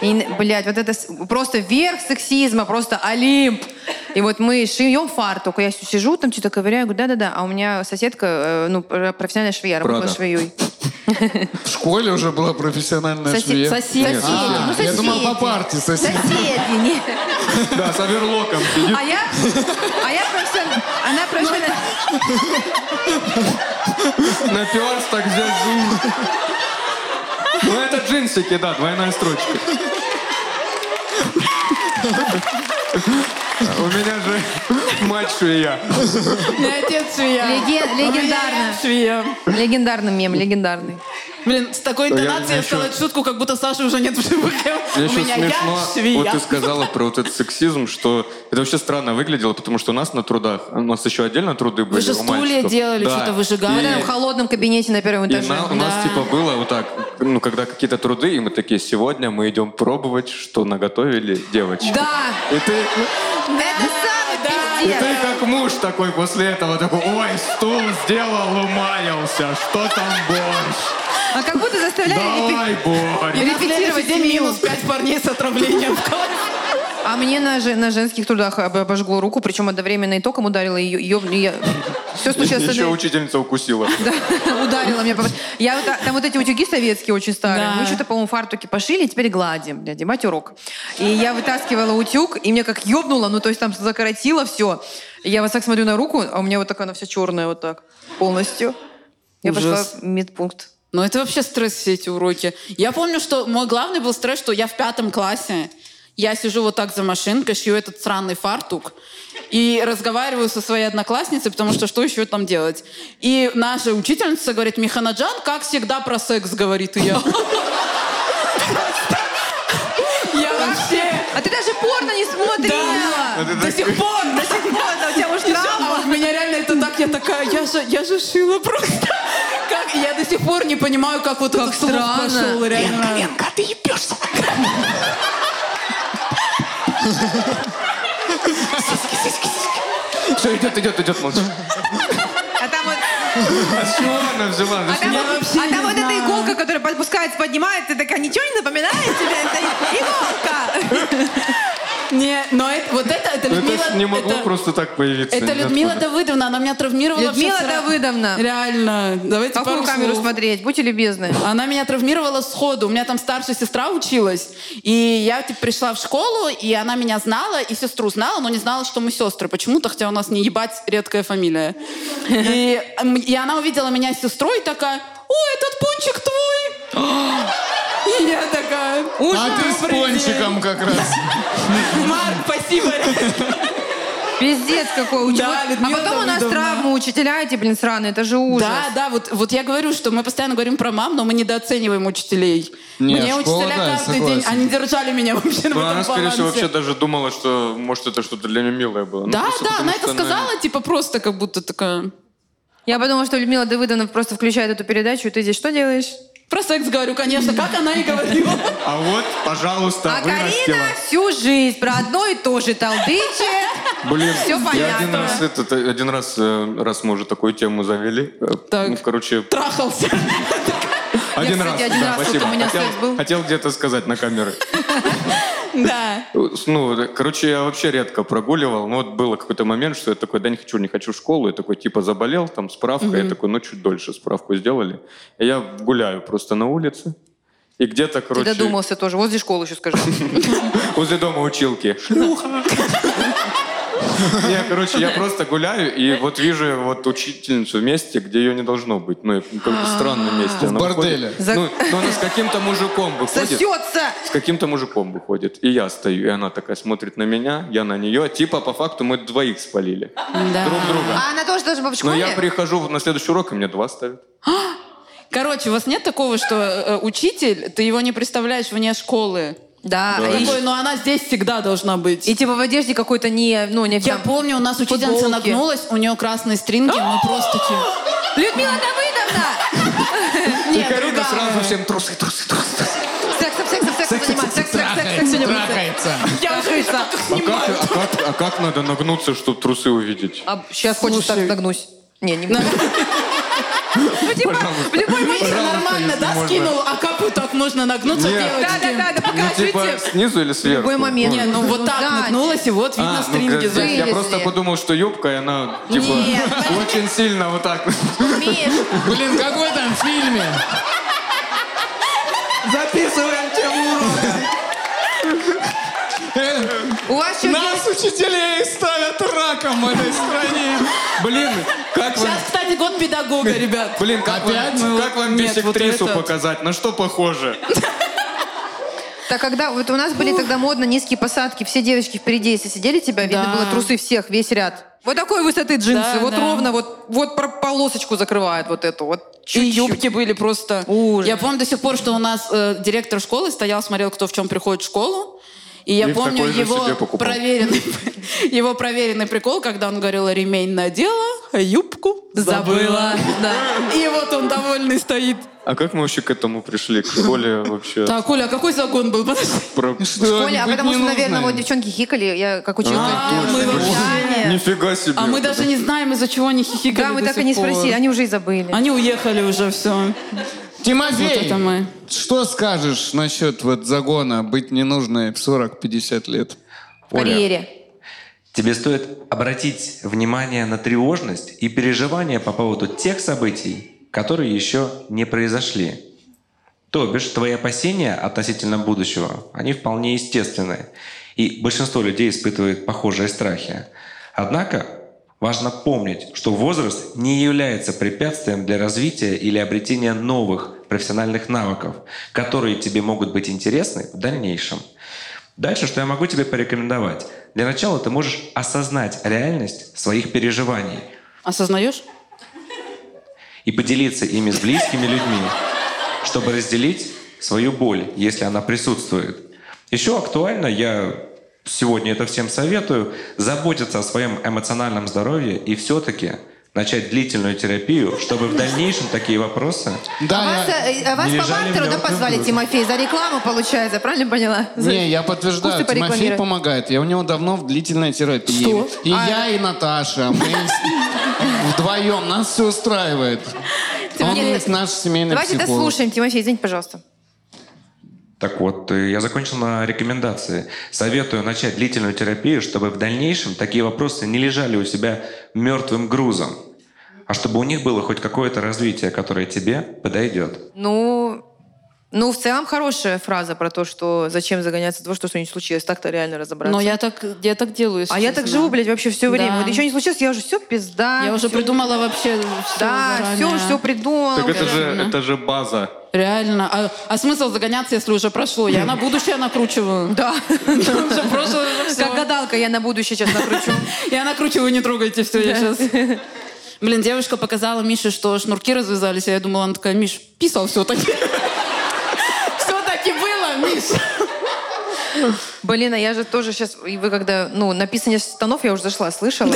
S8: И, блядь, вот это с- просто верх сексизма, просто Олимп. И вот мы шьем фартук. Я с- сижу там, что-то ковыряю, говорю, да-да-да. А у меня соседка, э, ну, про- профессиональная швея, работала
S4: Прада.
S8: швеей.
S5: В школе уже была профессиональная
S8: Соси-
S5: швея.
S8: соседи.
S5: Нет,
S8: Ну,
S5: а, Я
S8: соседи.
S5: думал, по парте соседи.
S8: Соседи, нет.
S4: Да, с оверлоком сидит.
S8: А я, а я профессиональная, она профессиональная,
S4: Наперс так взял зуб. Ну это джинсики, да, двойная строчка. У меня же мать швея.
S2: Мне отец швея.
S8: Леген-
S2: У меня
S8: легендарно.
S2: я швея.
S8: легендарный мем, легендарный.
S2: Блин, с такой
S4: Да я-
S2: интонацией
S4: я
S2: я сказала
S4: еще-
S2: эту шутку, как будто Саши уже нет в живых. У
S4: Мне еще
S2: меня
S4: смешно,
S2: я швея.
S4: вот ты сказала про вот этот сексизм, что это вообще странно выглядело, потому что у нас на трудах, у нас еще отдельно труды были
S2: же
S4: у
S2: стулья
S4: мальчиков.
S2: делали, что-то выжигали.
S8: В
S4: И-
S8: этом холодном кабинете на первом
S4: И
S8: этаже.
S4: на- у нас
S2: Да.
S4: типа было вот так, ну когда какие-то труды, и мы такие, сегодня мы идем пробовать, что наготовили девочки.
S8: Да,
S4: И ты,
S8: это
S4: и
S8: самый пиздец.
S4: ты как муж такой после этого такой, ой, стул сделал, умаялся, что там борщ?
S8: А как будто заставляли репе-
S4: Давай борщ.
S8: репетировать
S2: день
S8: меню.
S2: минус пять парней с отравлением в классе.
S8: А мне на, же- на женских трудах об- обожгло руку, причем одновременно и током ударила ее. все случилось. с
S4: Еще
S8: одной-
S2: [LAUGHS]
S4: учительница укусила.
S8: Да, [LAUGHS] ударила меня. по- Я вот, а, там вот эти утюги советские очень старые.
S2: Да.
S8: Мы что-то, по-моему, фартуки пошили, и теперь гладим, блядь, и мать урок. И я вытаскивала утюг, и мне как ёбнуло, ну, то есть там закоротило все. Я вот так смотрю на руку, а у меня вот такая она вся черная вот так полностью. Я
S2: Ужас.
S8: пошла в медпункт.
S2: Но Ну, это вообще стресс, все эти уроки. Я помню, что мой главный был стресс, что я в пятом классе. Я сижу вот так за машинкой, шью этот сраный фартук и разговариваю со своей одноклассницей, потому что что еще там делать? И наша учительница говорит, Миханаджан, как всегда, про секс говорит и я. Я вообще...
S8: А ты даже порно не смотрела!
S2: До сих пор, до сих пор,
S8: да, у тебя уж
S2: И всё,
S8: травма.
S2: а вот меня реально это так, я такая, я же, я же шила просто. Как, я до сих пор не понимаю, как вот этот слух
S8: странно.
S2: пошел реально.
S8: ты ебешься!
S4: Все, идет, идет, идет,
S2: [LAUGHS]
S4: молчи.
S8: А там вот,
S4: А с чего она взяла?
S8: а там,
S2: Я
S8: вот-
S2: вообще
S8: а там
S2: не
S8: вот эта
S2: знаю.
S8: иголка, которая подпускается, поднимается, ты такая, ничего не напоминает тебе? Это иголка!
S2: Не, но это, вот это, это
S4: Ну,
S2: Людмила...
S4: Это ж не могло
S2: это-
S4: просто так появиться.
S2: это
S4: ниоткуда.
S2: Людмила Давыдовна, она меня травмировала.
S8: Людмила
S2: вообще сра-
S8: Давыдовна.
S2: Реально. Давайте
S8: Какую
S2: пару
S8: камеру
S2: слов.
S8: смотреть? Будьте любезны.
S2: Она меня травмировала сходу. У меня там старшая сестра училась. И я типа, пришла в школу, и она меня знала, и сестру знала, но не знала, что мы сестры. Почему-то, хотя у нас не ебать редкая фамилия. И, м, и она увидела меня с сестрой и такая, о, этот пончик твой! И я такая,
S5: А ты с пончиком как
S8: [LAUGHS]
S5: раз.
S2: Марк, спасибо!
S8: Пиздец какой учитель.
S2: Да,
S8: а
S2: Людмила
S8: потом у нас
S2: Давыдовна.
S8: травмы учителя эти, блин, сраные, это же ужас.
S2: Да, да, вот, вот я говорю, что мы постоянно говорим про мам, но мы недооцениваем учителей.
S5: Не,
S2: Мне
S5: школа,
S2: учителя
S5: да,
S2: каждый
S5: согласен.
S2: день, они держали меня вообще
S4: Ну,
S2: на
S4: она,
S2: этом
S4: скорее всего,
S2: балансе.
S4: вообще даже думала, что, может, это что-то для нее милое было. Ну,
S2: Да,
S4: просто
S2: да,
S4: потому,
S2: она
S4: что
S2: это сказала, типа просто как будто такая.
S8: Я подумала, что Людмила Давыдовна просто включает эту передачу, и ты здесь что делаешь?
S2: Про секс говорю, конечно, как она и говорила.
S4: А вот, пожалуйста,
S8: а
S4: вырастила.
S8: Карина всю жизнь про одно и то же толдычит.
S4: Блин,
S8: Всё
S4: я
S8: понятно.
S4: один раз, этот, э, один раз, э, раз мы уже такую тему завели. э,
S2: Так.
S4: Ну, короче,
S2: [LAUGHS] Трахался.
S4: один
S8: кстати,
S4: раз.
S8: один
S4: да,
S8: раз вот
S4: спасибо.
S8: у меня
S4: хотел,
S8: секс был.
S4: хотел где-то сказать на
S8: [LAUGHS]
S4: камеры.
S2: Да.
S4: Ну, да, короче, я вообще редко прогуливал, но вот было какой-то момент, что я такой, да не хочу, не хочу в школу, я такой, типа, заболел, там справка, я такой, ну, чуть дольше справку сделали. И я гуляю просто на улице, и где-то,
S8: Ты
S4: короче,
S8: додумался тоже. Возле школы еще скажи.
S4: возле дома училки. Не, короче, я просто гуляю, и вот вижу вот учительницу в месте, где ее не должно быть. Ну, как бы в странном месте. она
S5: борделе.
S4: выходит.
S8: А. За-
S4: Ну, ну, она с каким-то мужиком выходит.
S8: Сосется!
S4: с каким-то мужиком выходит. И я стою, и она такая смотрит на меня, я на нее. Типа, по факту, мы двоих спалили. Друг друга.
S8: А она тоже должна была в
S4: Но
S8: школе?
S4: я прихожу в- на следующий урок, и мне два ставят.
S2: Короче, у вас нет такого, что э, учитель, ты его не представляешь вне школы.
S8: Да.
S4: Да.
S8: И,
S2: Такой, но она здесь всегда должна быть.
S8: и типа в одежде какой-то не... Ну, не
S2: Я
S8: там-
S2: помню, у нас учительница
S8: Футболки.
S2: нагнулась, у нее красные стринги, мы просто такие... [GASPS]
S8: Людмила Давыдовна!
S2: Нет,
S5: Карина
S2: другая.
S5: сразу всем трусы, трусы, трусы. трусы.
S8: Сексом, сексом, сексом заниматься. Секс, секс, секс, секс,
S5: Трахается,
S8: секс.
S5: трахается.
S8: Я уже
S4: А как, а как- а как надо нагнуться, чтобы трусы увидеть?
S8: А сейчас хочешь так нагнусь? Не, не буду. Ну, типа, в любой момент.
S2: Видите,
S4: Пожалуйста,
S2: нормально,
S4: если
S2: да,
S4: можно.
S2: скинул? А капу так можно нагнуться,
S4: Нет.
S2: девочки?
S8: Да-да-да, да
S4: Ну, типа,
S8: покажите.
S4: снизу или сверху?
S8: а любой момент.
S2: Не, ну вот так
S8: Да.
S2: нагнулась, и вот видно
S4: А, ну,
S2: стринги.
S4: как- я
S8: вылезли.
S4: просто подумал, что юбка, и она, типа,
S8: Нет.
S4: очень сильно вот так.
S2: типа.
S8: Миш,
S5: Блин, какой там в фильме? Записываем тему урока.
S8: у вас что
S5: Нас учителей ставят раком в этой стране.
S4: Блин, как вы...
S2: Сейчас, кстати, год педагога, [LAUGHS] ребят.
S4: Блин, как
S5: Опять?
S8: Ну,
S4: вам, как вам
S2: Нет, вот
S4: бисектрису
S2: это-
S4: показать? На что похоже?
S8: Так когда вот у нас были тогда модно низкие посадки, все девочки впереди, если сидели тебя, видно
S2: Да.
S8: было трусы всех, весь ряд. Вот такой высоты джинсы,
S2: Да,
S8: вот
S2: да.
S8: ровно, вот, вот про- полосочку закрывает вот эту, вот
S2: И
S8: чуть-чуть.
S2: юбки были просто...
S8: Ужас.
S2: Я помню до сих пор, что у нас э, директор школы стоял, смотрел, кто в чем приходит в школу. И я
S4: И в
S2: помню
S4: такой же
S2: его
S4: себе покупал.
S2: проверенный, [LAUGHS] его проверенный прикол, когда он говорил, ремень надела, а юбку забыла. Да. И вот он довольный стоит.
S4: А как мы вообще к этому пришли? К школе вообще?
S2: Так, Оля, а какой загон был? Подожди.
S4: Про-
S8: Коля, а потому что, наверное, вот девчонки хикали, я как училка.
S2: А, мы вообще...
S4: Нифига себе.
S2: А мы даже не знаем, из-за чего они хихикали
S8: Да, мы
S2: до
S8: так и
S2: сих
S8: не
S2: пор.
S8: спросили, они уже и забыли.
S2: Они уехали уже, все. Вот
S5: Тимофей,
S2: это мы.
S5: что скажешь насчет вот загона быть ненужной в 40-50 лет?
S8: В карьере.
S7: Тебе стоит обратить внимание на тревожность и переживания по поводу тех событий, которые еще не произошли. То бишь, твои опасения относительно будущего, они вполне естественны. И большинство людей испытывает похожие страхи. Однако, важно помнить, что возраст не является препятствием для развития или обретения новых профессиональных навыков, которые тебе могут быть интересны в дальнейшем. Дальше, что я могу тебе порекомендовать. Для начала ты можешь осознать реальность своих переживаний
S2: Осознаешь?
S7: и поделиться ими с близкими людьми, чтобы разделить свою боль, если она присутствует. Еще актуально, я сегодня это всем советую, заботиться о своем эмоциональном здоровье и все-таки начать длительную терапию, чтобы в дальнейшем такие вопросы...
S8: а вас, э, а вас
S7: не
S8: по
S7: лежали
S8: бартеру
S7: мне
S8: да,
S7: вот
S8: позвали,
S7: тут.
S8: Тимофей, за рекламу получается, правильно поняла? За-
S5: Не, я
S8: Курсы
S5: подтверждаю, Тимофей
S8: порекламировать.
S5: помогает. Я у него давно в длительной терапии.
S8: Что?
S5: И
S8: А.
S5: я, и Наташа. Мы с- [LAUGHS] вдвоем. Нас все устраивает. Он
S8: Тимофей,
S5: наш семейный
S8: Давайте
S5: психолог.
S8: дослушаем, Тимофей, извините, пожалуйста.
S7: Так вот, э, я закончил на рекомендации. Советую начать длительную терапию, чтобы в дальнейшем такие вопросы не лежали у себя мертвым грузом, а чтобы у них было хоть какое-то развитие, которое тебе подойдет.
S8: Ну, ну, в целом хорошая фраза про то, что зачем загоняться от того, что что-нибудь случилось. Так-то реально разобраться.
S2: Но я так, я так делаю. если
S8: А я так
S2: честно.
S8: живу, блядь, вообще все время.
S2: Да.
S8: Вот еще не случилось, я уже все пизда.
S2: Я уже
S8: всё.
S2: придумала вообще все
S8: Да, все, все придумала.
S4: Так это
S8: уже.
S4: же, это же база.
S2: Реально. А, а смысл загоняться, если уже прошло? Я на будущее [LAUGHS] накручиваю.
S8: Да.
S2: Уже прошло, уже всё.
S8: Как гадалка, я на будущее сейчас накручу.
S2: Я накручиваю, не трогайте все, я сейчас... [LAUGHS] Блин, девушка показала Мише, что шнурки развязались, а я думала, она такая, Миш, писал все-таки. [LAUGHS] Все-таки было, Миш.
S8: Блин, а я же тоже сейчас, и вы когда, ну, написание штанов я уже
S2: [LAUGHS]
S8: зашла, слышала.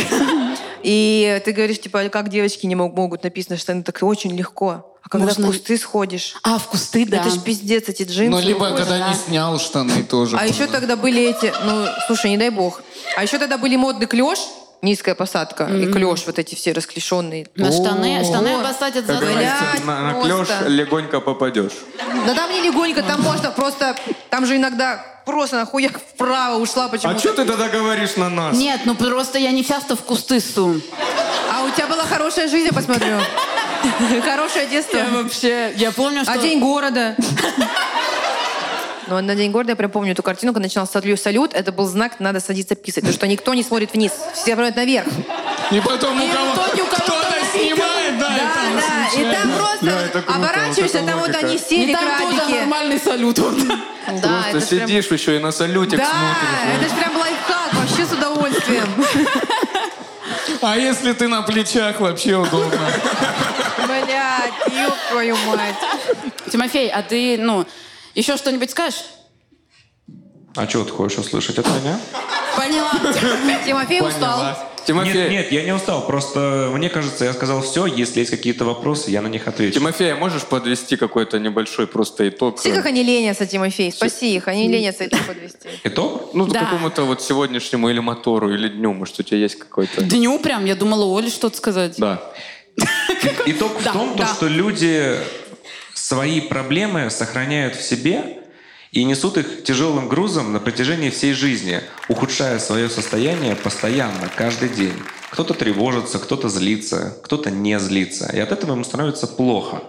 S8: И ты говоришь, типа, как девочки не мог- могут написано штаны, так очень легко. А когда в
S2: Можно-
S8: кусты сходишь,
S2: А, в кусты, да.
S8: это ж пиздец, эти джинсы.
S5: Ну, либо
S8: Боже.
S5: когда не снял штаны тоже.
S8: А еще тогда были эти, ну, слушай, не дай бог. А еще тогда были модный клеш, низкая посадка, и клеш вот эти все расклешенные.
S2: На штаны,
S5: О.
S2: штаны обоссать от
S4: Как
S2: зада.
S4: говорится, на- наклешь,
S8: просто.
S4: легонько попадешь.
S8: Да там не легонько, там можно просто, там же иногда просто нахуя вправо ушла
S4: А что
S8: почему-то.
S4: ты тогда говоришь на нас?
S2: Нет, ну просто я не часто в кусты ссу.
S8: А у тебя была хорошая жизнь,
S2: [LAUGHS]
S8: я посмотрю. Хорошее детство.
S2: Я вообще, я помню, что...
S8: А день города. Ну, на день города я прям помню эту картину, когда начинался салют, салют, это был знак, надо садиться писать, потому что никто не смотрит вниз, все смотрят наверх.
S5: И потом у
S8: И
S5: кого-
S8: кто ни у кого
S5: Ну, кто-то
S8: там
S5: снимает, да, и
S8: Да,
S5: там
S8: да, и
S5: случайно.
S8: там
S4: Да, это
S8: просто
S4: круто,
S8: оборачиваешься,
S4: вот
S8: там вот
S4: это
S8: они
S4: логика.
S8: сели,
S2: И там тоже
S8: крабики.
S2: нормальный салют. вот.
S8: Да,
S4: Просто
S8: это ж прям-
S4: сидишь еще и на салютик
S8: Да,
S4: смотришь.
S8: это же прям лайфхак, вообще с удовольствием.
S5: А если ты на плечах, вообще удобно.
S8: Блядь, ёб твою мать.
S2: Тимофей, а ты, ну, еще что-нибудь скажешь?
S7: А чего ты хочешь услышать от меня?
S2: Поняла.
S8: Тимофей устал.
S4: Тимофей,
S7: Нет, нет, я не устал. Просто мне кажется, я сказал все. Если есть какие-то вопросы, я на них отвечу.
S4: Тимофей, а можешь подвести какой-то небольшой просто итог?
S8: Все, как они ленятся, Тимофей. Спаси их, они ленятся это подвести.
S7: Итог?
S4: Ну,
S2: Да.
S4: какому-то вот сегодняшнему или мотору, или дню, может, у тебя есть какой-то...
S2: Дню прям, я думала, Оле что-то сказать.
S4: Да.
S7: Итог в
S2: Да,
S7: том, то,
S2: да.
S7: что люди свои проблемы сохраняют в себе и несут их тяжелым грузом на протяжении всей жизни, ухудшая свое состояние постоянно, каждый день. Кто-то тревожится, кто-то злится, кто-то не злится. И от этого ему становится плохо.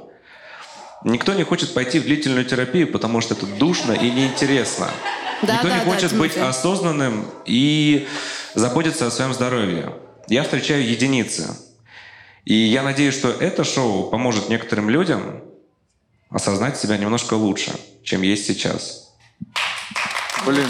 S7: Никто не хочет пойти в длительную терапию, потому что это душно и неинтересно.
S2: Да,
S7: Никто
S2: да,
S7: не
S2: да,
S7: хочет быть
S2: Тимофей.
S7: осознанным и заботиться о своем здоровье. Я встречаю единицы. И я надеюсь, что это шоу поможет некоторым людям осознать себя немножко лучше, чем есть сейчас.
S4: Блин,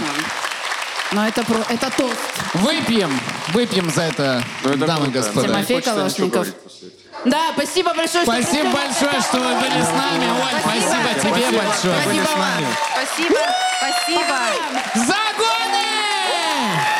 S2: Но это, про, это тост.
S5: Выпьем, выпьем за это,
S4: ну это
S5: дамы и
S4: круто.
S5: господа.
S2: Тимофей
S4: Хочется ничего
S2: Калашников.
S4: говорить после этого.
S2: Да, спасибо большое, что
S5: Спасибо
S2: пришли.
S5: большое, что вы были с нами. Оль, спасибо тебе большое.
S8: Спасибо вам. Спасибо, спасибо.
S5: Загоны!